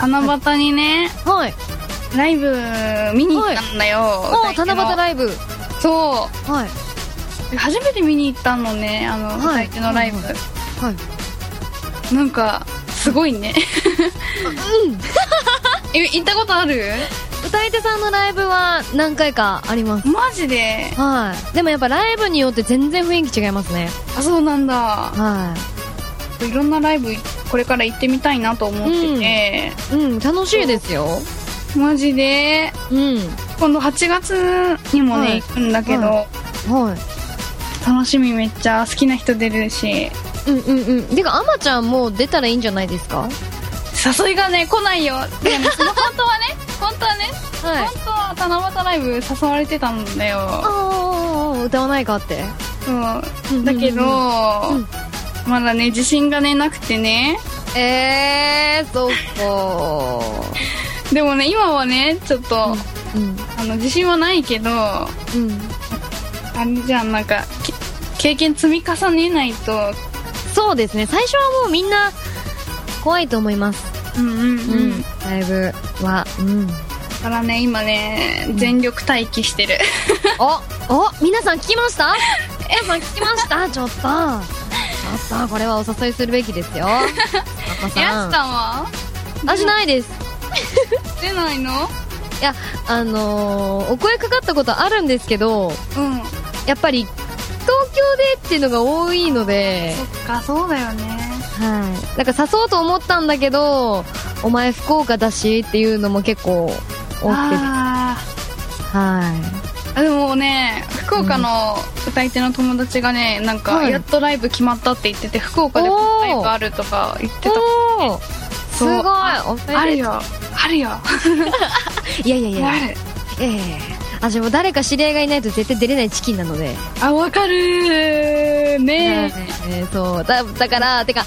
[SPEAKER 3] 七夕にね、
[SPEAKER 2] はい、
[SPEAKER 3] ライブ見に行ったんだよ、
[SPEAKER 2] おー七夕ライブ
[SPEAKER 3] そう、
[SPEAKER 2] はい、
[SPEAKER 3] 初めて見に行ったのねあの、
[SPEAKER 2] はい
[SPEAKER 3] 歌い手のライブ、はい、なんかすご いねうん行ったことある
[SPEAKER 2] 歌い手さんのライブは何回かあります。
[SPEAKER 3] マジで
[SPEAKER 2] はい。でもやっぱライブによって全然雰囲気違いますね。
[SPEAKER 3] あそうなんだ
[SPEAKER 2] はい
[SPEAKER 3] ろんなライブこれから行ってみたいなと思ってて
[SPEAKER 2] うん、楽しいですよ
[SPEAKER 3] マジで
[SPEAKER 2] うん
[SPEAKER 3] 今度8月にもね、
[SPEAKER 2] はい
[SPEAKER 3] 行くんだけど、
[SPEAKER 2] は
[SPEAKER 3] 楽しみめっちゃ好きな人出るし
[SPEAKER 2] い。うんうんうん。てか、あまちゃんもう出たらいいんじゃないですか
[SPEAKER 3] 誘いがね来ないよで もねその本当はね本当はね、本当は七夕ライブ誘われてたんだよ
[SPEAKER 2] ああ歌わないかって
[SPEAKER 3] そうだけど、まだね自信がねなくてね
[SPEAKER 2] えー、そっ
[SPEAKER 3] でもね今はねちょっと、あの自信はないけど、あれじゃんなんかけ経験積み重ねないと
[SPEAKER 2] そうですね最初はもうみんな怖いと思います。
[SPEAKER 3] うんうんうん、
[SPEAKER 2] ライブは、うん。
[SPEAKER 3] だからね今ね全力待機してる
[SPEAKER 2] おお皆さん聞きました 皆さん聞きましたちょっと。ちょっと、これはお誘いするべきですよ。や
[SPEAKER 3] やすさんは
[SPEAKER 2] 私ないです。
[SPEAKER 3] 出ないの
[SPEAKER 2] いや、あのーお声かかったことあるんですけど、やっぱり、東京でっていうのが多いので、
[SPEAKER 3] あそうだよね
[SPEAKER 2] はい。なんか誘おうと思ったんだけど、お前福岡だしっていうのも結構多くて。
[SPEAKER 3] あ
[SPEAKER 2] はい。
[SPEAKER 3] ーでもね福岡の歌い手の友達がねなんか、
[SPEAKER 2] はい
[SPEAKER 3] やっとライブ決まったって言ってて福岡でこのライブあるとか言ってた
[SPEAKER 2] お
[SPEAKER 3] す
[SPEAKER 2] すごいおめでとう
[SPEAKER 3] あるよあるよ
[SPEAKER 2] いやいやいや
[SPEAKER 3] ある。
[SPEAKER 2] ええ私も誰か知り合いがいないと絶対出れないチキンなので。
[SPEAKER 3] あわかるーね
[SPEAKER 2] えそうだだからてか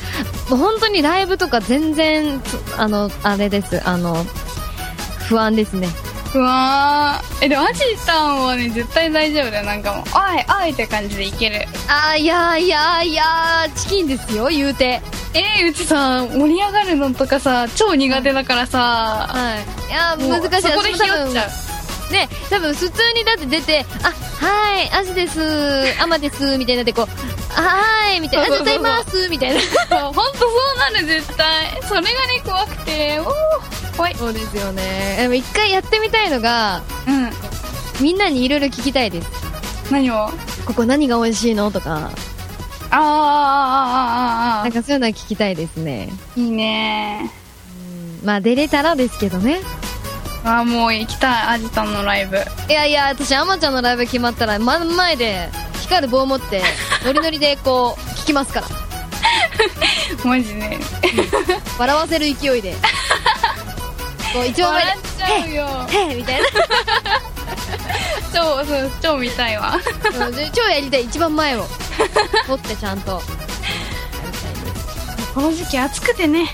[SPEAKER 2] もう本当にライブとか全然つあのあれですあの不安ですね
[SPEAKER 3] うわーえでもアジさんはね絶対大丈夫だよなんかもう「おいおい」って感じでいける
[SPEAKER 2] あーいやーいやーいやーチキンですよ言うて
[SPEAKER 3] えー、うちさ盛り上がるのとかさ超苦手だからさ、
[SPEAKER 2] いやー
[SPEAKER 3] もう
[SPEAKER 2] 難しい
[SPEAKER 3] そこでひ
[SPEAKER 2] 私も多
[SPEAKER 3] よ
[SPEAKER 2] 分
[SPEAKER 3] っちゃう
[SPEAKER 2] ね多分普通にだって出て「あはいアジですアマです」みたいなでこう「あはーい」みたいな「ありがとうございます」みたいな
[SPEAKER 3] 本当そうなる絶対それがね怖くておお怖い
[SPEAKER 2] そうですよねでも一回やってみたいのが、みんなにいろいろ聞きたいです
[SPEAKER 3] 何を
[SPEAKER 2] ここ何が美味しいのとか
[SPEAKER 3] あーあーあーあーあ
[SPEAKER 2] なんかそういうのは聞きたいですね
[SPEAKER 3] ーいいね
[SPEAKER 2] まあ出れたらですけどね
[SPEAKER 3] あーもう行きたいアジさんのライブ
[SPEAKER 2] いやいや私アマちゃんのライブ決まったら真ん前で光る棒持ってノリノリでこう 聞きますから
[SPEAKER 3] マジ ね
[SPEAKER 2] 笑わせる勢い でこう一応目で
[SPEAKER 3] 笑っちゃうよ
[SPEAKER 2] へっへっみたいな
[SPEAKER 3] 超そう超見たいわ
[SPEAKER 2] うん超やりたい一番前を持ってちゃんと
[SPEAKER 3] この時期暑くてね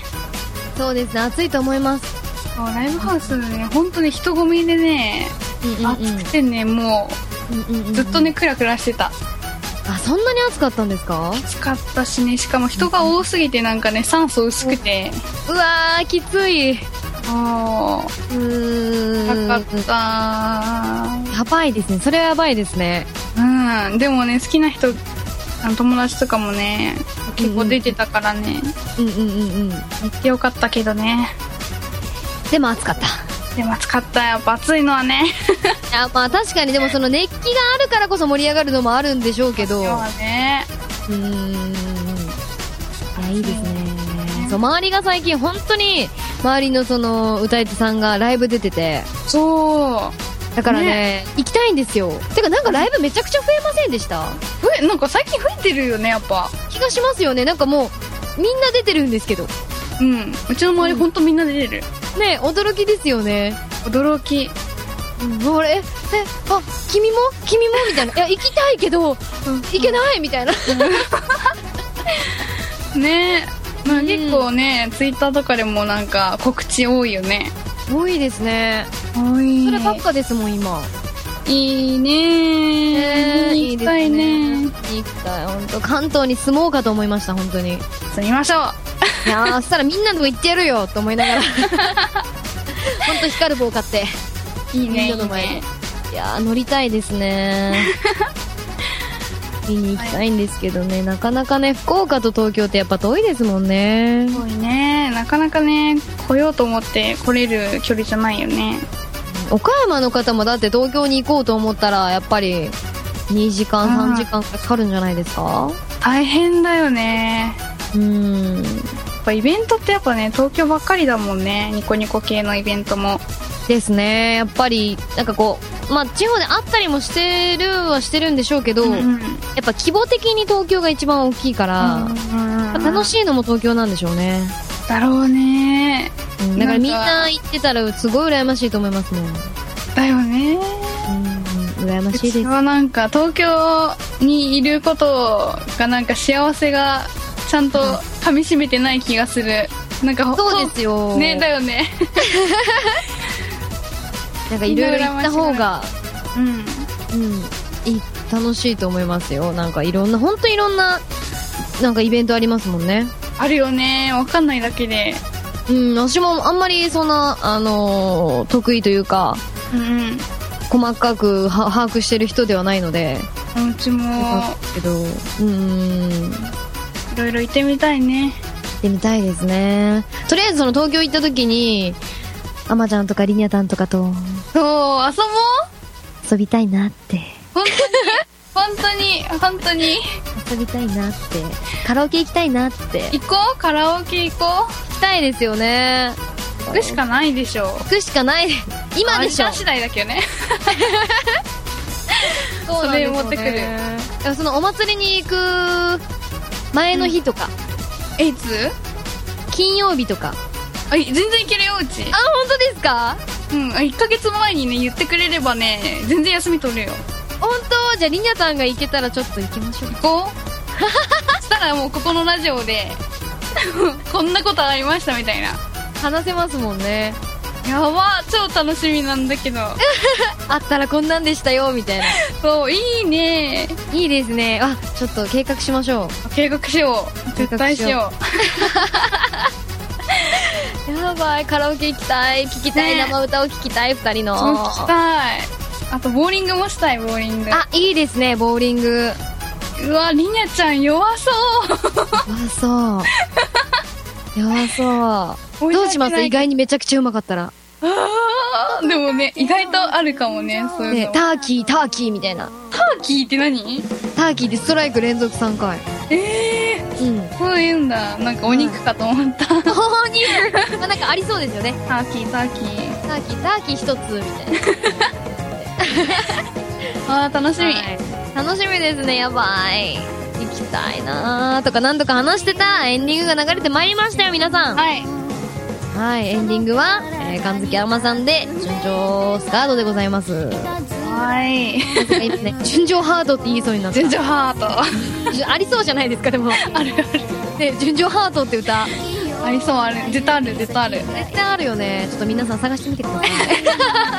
[SPEAKER 2] そうですね暑いと思います
[SPEAKER 3] そうライブハウスね本当に人混みでね、暑くてねも
[SPEAKER 2] う,、
[SPEAKER 3] ずっとねクラクラしてた
[SPEAKER 2] あそんなに暑かったんですか
[SPEAKER 3] 暑かったしねしかも人が多すぎてなんかね酸素薄くて
[SPEAKER 2] うわーきつい
[SPEAKER 3] あ
[SPEAKER 2] うーん
[SPEAKER 3] かった
[SPEAKER 2] やばいですねそれはやばいですね
[SPEAKER 3] うんでもね好きな人あの友達とかもね結構出てたからね
[SPEAKER 2] うんうんうんうん
[SPEAKER 3] 行ってよかったけどね
[SPEAKER 2] でも暑かった
[SPEAKER 3] でも暑かったやっぱ暑いのはね
[SPEAKER 2] いやまあ確かにでもその熱気があるからこそ盛り上がるのもあるんでしょうけどう
[SPEAKER 3] 今日はね
[SPEAKER 2] ーんいやいいですねそう周りが最近本当に周りのその歌い手さんがライブ出てて
[SPEAKER 3] そう
[SPEAKER 2] だからね行きたいんですよてかなんかライブめちゃくちゃ増えませんでした
[SPEAKER 3] 増えなんか最近増えてるよねやっぱ
[SPEAKER 2] 気がしますよねなんかもうみんな出てるんですけど
[SPEAKER 3] うんうちの周りほんとみんな出てる、
[SPEAKER 2] ね驚きですよね
[SPEAKER 3] 驚き
[SPEAKER 2] うん、あれえあ君も君もみたいないや行きたいけど、行けないみたいな
[SPEAKER 3] ねまあ結構ね、ツイッターとかでもなんか告知多いよね
[SPEAKER 2] 多いですね
[SPEAKER 3] 多い
[SPEAKER 2] そればっかですもん今
[SPEAKER 3] いい
[SPEAKER 2] ね
[SPEAKER 3] ね見に行きたいね
[SPEAKER 2] いいですね行きたい本当関東に住もうかと思いました本当に
[SPEAKER 3] 住みましょう
[SPEAKER 2] いやーそ したらみんなでも行ってやるよと思いながら本当光る棒買って
[SPEAKER 3] いい
[SPEAKER 2] み
[SPEAKER 3] ね
[SPEAKER 2] んなの前で
[SPEAKER 3] いいね
[SPEAKER 2] いやー乗りたいです ね見に行きたいんですけどね、なかなかね福岡と東京ってやっぱ遠いですもんね
[SPEAKER 3] 多いねなかなかね来ようと思って来れる距離じゃないよね
[SPEAKER 2] 岡山の方もだって東京に行こうと思ったらやっぱり2時
[SPEAKER 3] あー
[SPEAKER 2] 間3時間かかるんじゃないですか
[SPEAKER 3] 大変だよね
[SPEAKER 2] うんやっ
[SPEAKER 3] ぱイベントってやっぱね東京ばっかりだもんねニコニコ系のイベントも
[SPEAKER 2] ですねやっぱりなんかこうまあ地方であったりもしてるはしてるんでしょうけど、やっぱ規模的に東京が一番大きいから、やっぱ楽しいのも東京なんでしょうね
[SPEAKER 3] だろうね
[SPEAKER 2] うんだからみんな行ってたらすごい羨ましいと思いますもん
[SPEAKER 3] だよね
[SPEAKER 2] 羨ましいです
[SPEAKER 3] はなんか東京にいることがなんか幸せがちゃんと噛みしめてない気がするなんか
[SPEAKER 2] そうですよ
[SPEAKER 3] ねだよね
[SPEAKER 2] なんかいろいろ行った方が
[SPEAKER 3] うん
[SPEAKER 2] うんいい楽しいと思いますよなんかいろんな本当いろんななんかイベントありますもんね
[SPEAKER 3] あるよねわかんないだけで
[SPEAKER 2] うん私もあんまりそんなあのー得意というか
[SPEAKER 3] うん
[SPEAKER 2] 細かくは把握してる人ではないので
[SPEAKER 3] うんうちも
[SPEAKER 2] けどうーん行
[SPEAKER 3] いろいろ行ってみたいね
[SPEAKER 2] ってみたいですねとりあえずその東京行った時にあまちゃんとかりにゃたんとかと
[SPEAKER 3] そう遊ぼう
[SPEAKER 2] 遊びたいなって
[SPEAKER 3] 本当に本当に本当に
[SPEAKER 2] 遊びたいなってカラオケ行きたいなって
[SPEAKER 3] 行こうカラオケ行こう
[SPEAKER 2] 行きたいですよね
[SPEAKER 3] 行くしかないでしょ
[SPEAKER 2] 行くしかない今でしょ
[SPEAKER 3] あんた次第だけどね
[SPEAKER 2] そうなんですよね
[SPEAKER 3] それ持ってくる
[SPEAKER 2] いやそのお祭りに行く前の日とか、
[SPEAKER 3] えいつ
[SPEAKER 2] 金曜日とか
[SPEAKER 3] あい全然いけるようち
[SPEAKER 2] あ本当ですか
[SPEAKER 3] うんあ1ヶ月前にね言ってくれればね全然休み取れるよ
[SPEAKER 2] 本当じゃありにゃさんが行けたらちょっと行きましょう
[SPEAKER 3] 行こうしたらもうここのラジオで こんなことありましたみたいな
[SPEAKER 2] 話せますもんね
[SPEAKER 3] やば超楽しみなんだけど
[SPEAKER 2] あったらこんなんでしたよみたい な
[SPEAKER 3] そういいね
[SPEAKER 2] いいですねあちょっと計画しましょう
[SPEAKER 3] 計画しよう絶対しよ
[SPEAKER 2] うやばいカラオケ行きたい聞きたい、
[SPEAKER 3] ね
[SPEAKER 2] 生歌を聞きたい2人
[SPEAKER 3] う
[SPEAKER 2] の
[SPEAKER 3] そう聞きたいあとボーリングもしたいボーリング
[SPEAKER 2] あいいですねボーリング
[SPEAKER 3] うわりにゃちゃん弱そう
[SPEAKER 2] 弱そう 弱そうどうします意外にめちゃくちゃうまかったら
[SPEAKER 3] あ ーでもね意外とあるかもねそういう
[SPEAKER 2] ね
[SPEAKER 3] の
[SPEAKER 2] ターキーターキーみたいな
[SPEAKER 3] ターキーって何
[SPEAKER 2] ターキーでストライク連続3回
[SPEAKER 3] ええそういうんだなんかお肉かと思った、
[SPEAKER 2] どうにまあなんかありそうですよね
[SPEAKER 3] ターキーターキー
[SPEAKER 2] ターキーターキー一つみたい
[SPEAKER 3] あー楽しみ、
[SPEAKER 2] な楽しみですねやばい行きたいなーとか何度か話してたエンディングが流れてまいりましたよ皆さん
[SPEAKER 3] はい
[SPEAKER 2] はいエンディングは、えー、神月あまさんで純情スカードでござい ます
[SPEAKER 3] は
[SPEAKER 2] い
[SPEAKER 3] い
[SPEAKER 2] いですね純情ハードって言いそうになった
[SPEAKER 3] 純情ハー
[SPEAKER 2] トありそうじゃないですかでもあるあるね純情ハートって歌
[SPEAKER 3] ありそうある絶対ある絶対ある
[SPEAKER 2] 絶対あるよねちょっと皆さん探してみてください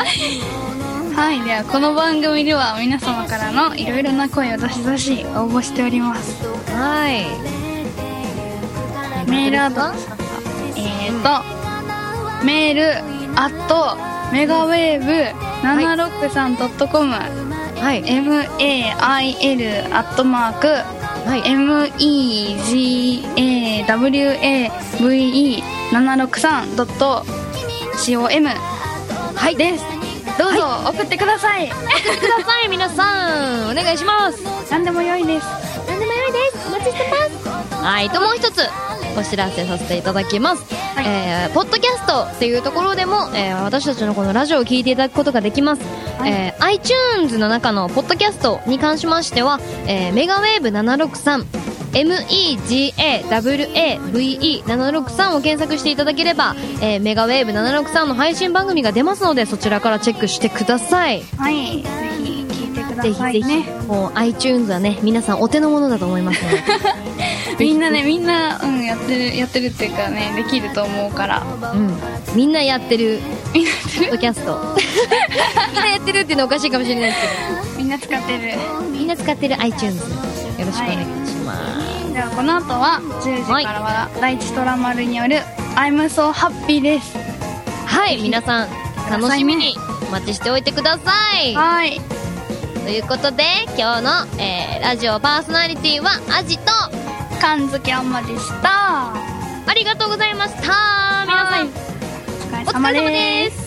[SPEAKER 3] はいではこの番組では皆様からのいろいろな声をどしどし応募しております
[SPEAKER 2] はい
[SPEAKER 3] メールアドレスはえーと、メールアットメガウェーブ 763.com、
[SPEAKER 2] はい、
[SPEAKER 3] mail アットマーク、megawave763.com
[SPEAKER 2] はい
[SPEAKER 3] ですどうぞ、送ってください
[SPEAKER 2] 送ってください皆さんお願いします
[SPEAKER 3] 何でも良いです
[SPEAKER 2] 何でも良いですお待ちしてますはいともう一つお知らせさせていただきます、えーポッドキャストっていうところでも、えー私たちのこのラジオを聞いていただくことができます、えー iTunes の中のポッドキャストに関しましては、えーメガウェーブ763 MEGAWAVE763 を検索していただければ、えーメガウェーブ763の配信番組が出ますのでそちらからチェックしてください
[SPEAKER 3] はいぜひ聞いてく
[SPEAKER 2] ぜ
[SPEAKER 3] だ
[SPEAKER 2] ひ
[SPEAKER 3] さ
[SPEAKER 2] ぜ
[SPEAKER 3] い
[SPEAKER 2] ひ、
[SPEAKER 3] ね
[SPEAKER 2] もう iTunes はね皆さんお手の物だと思いますので
[SPEAKER 3] みんなねみんな、うん、やってるやってるっていうかねできると思うから
[SPEAKER 2] うんみんなやってるポッドキャストみんなやってるっていうのはおかしいかもしれないです
[SPEAKER 3] みんな使ってる
[SPEAKER 2] けどみんな使ってる iTunes よろしくお願いします、
[SPEAKER 3] ではこの後は10時からは第一トラマルによる「I'm so happy」です
[SPEAKER 2] はい皆さん楽しみにお待ちしておいてください
[SPEAKER 3] はい
[SPEAKER 2] ということで今日の、えーラジオパーソナリティはアジと
[SPEAKER 3] 神月あんまでした
[SPEAKER 2] ありがとうございました皆さんお疲れ
[SPEAKER 3] 様です